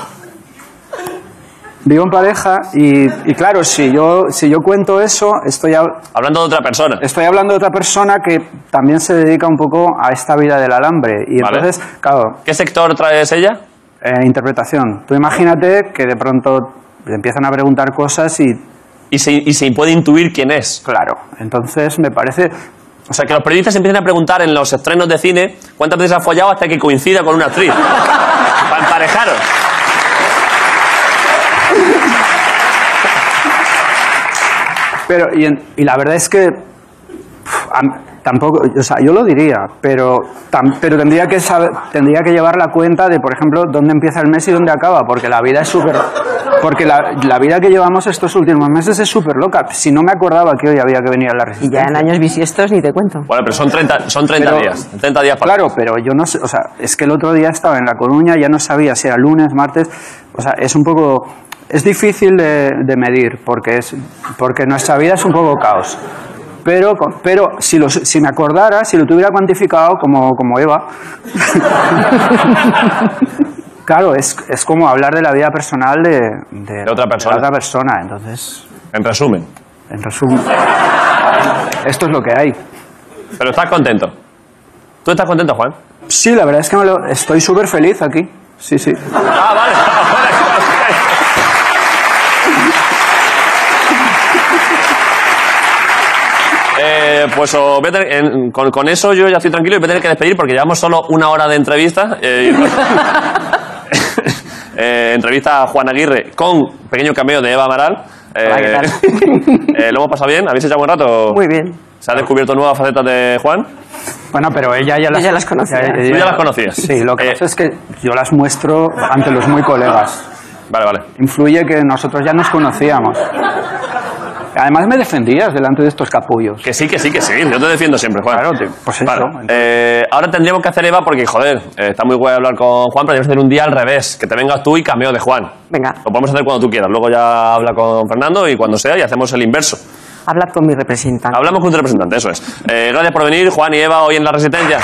Vivo en pareja y, y claro, si yo, si yo cuento eso, estoy, hab- Hablando de otra persona. estoy hablando de otra persona que también se dedica un poco a esta vida del alambre. Y Vale. entonces, claro, ¿Qué sector traes ella? eh, interpretación. Tú imagínate que de pronto te empiezan a preguntar cosas y, Y se, y se puede intuir quién es. claro, entonces me parece... O sea, que los periodistas empiecen a preguntar en los estrenos de cine cuántas veces has follado hasta que coincida con una actriz. Para emparejaros. Pero, y, en- y la verdad es que pf, a mí- tampoco, o sea, yo lo diría, pero, tam- pero tendría, que saber, tendría que llevar la cuenta de, por ejemplo, dónde empieza el mes y dónde acaba, porque la vida es súper... Porque la, la vida que llevamos estos últimos meses es súper loca. Si no me acordaba que hoy había que venir a la y resistencia. ya en años bisiestos ni te cuento. Bueno, pero son 30, son 30 Pero- días. 30 días para. Claro, pero yo no sé, o sea, es que el otro día estaba en La Coruña, ya no sabía si era lunes, martes, o sea, es un poco, es difícil de, de medir, porque, es, porque nuestra vida es un poco caos. Pero, co- pero si, lo, si me acordara, si lo tuviera cuantificado como, como Eva, claro, es, es como hablar de la vida personal de, De otra persona. otra persona, entonces, En resumen. en resumen, esto es lo que hay. Pero estás contento. ¿Tú estás contento, Juan? Sí, la verdad es que me lo- estoy súper feliz aquí, sí, sí. Ah, vale. Eh, pues os voy a tener- en- con, con eso yo ya estoy tranquilo y voy a tener que despedir porque llevamos solo una hora de entrevista. eh, y- eh, entrevista a Juan Aguirre con pequeño cameo de Eva Amaral. Eh, Hola, ¿qué tal? eh, ¿Lo hemos pasado bien? ¿Habéis echado buen rato? Muy bien. ¿Se ha descubierto nuevas facetas de Juan? Bueno, pero ella ya las, Ella las conocía. Tú ya las conocías. Sí, lo que Eh. pasa es que yo las muestro ante los muy colegas. Vale, vale. Influye que nosotros ya nos conocíamos. Además me defendías delante de estos capullos. Que sí, que sí, que sí. Yo te defiendo siempre, Juan. Claro, pues eso. Eh, ahora tendríamos que hacer Eva porque, joder, eh, está muy guay hablar con Juan, pero tenemos que hacer un día al revés. Que te vengas tú y cameo de Juan. Venga. Lo podemos hacer cuando tú quieras. Luego ya habla con Fernando y cuando sea y hacemos el inverso. Hablad con mi representante. Hablamos con tu representante, eso es. Eh, gracias por venir, Juan y Eva, hoy en La Resistencia.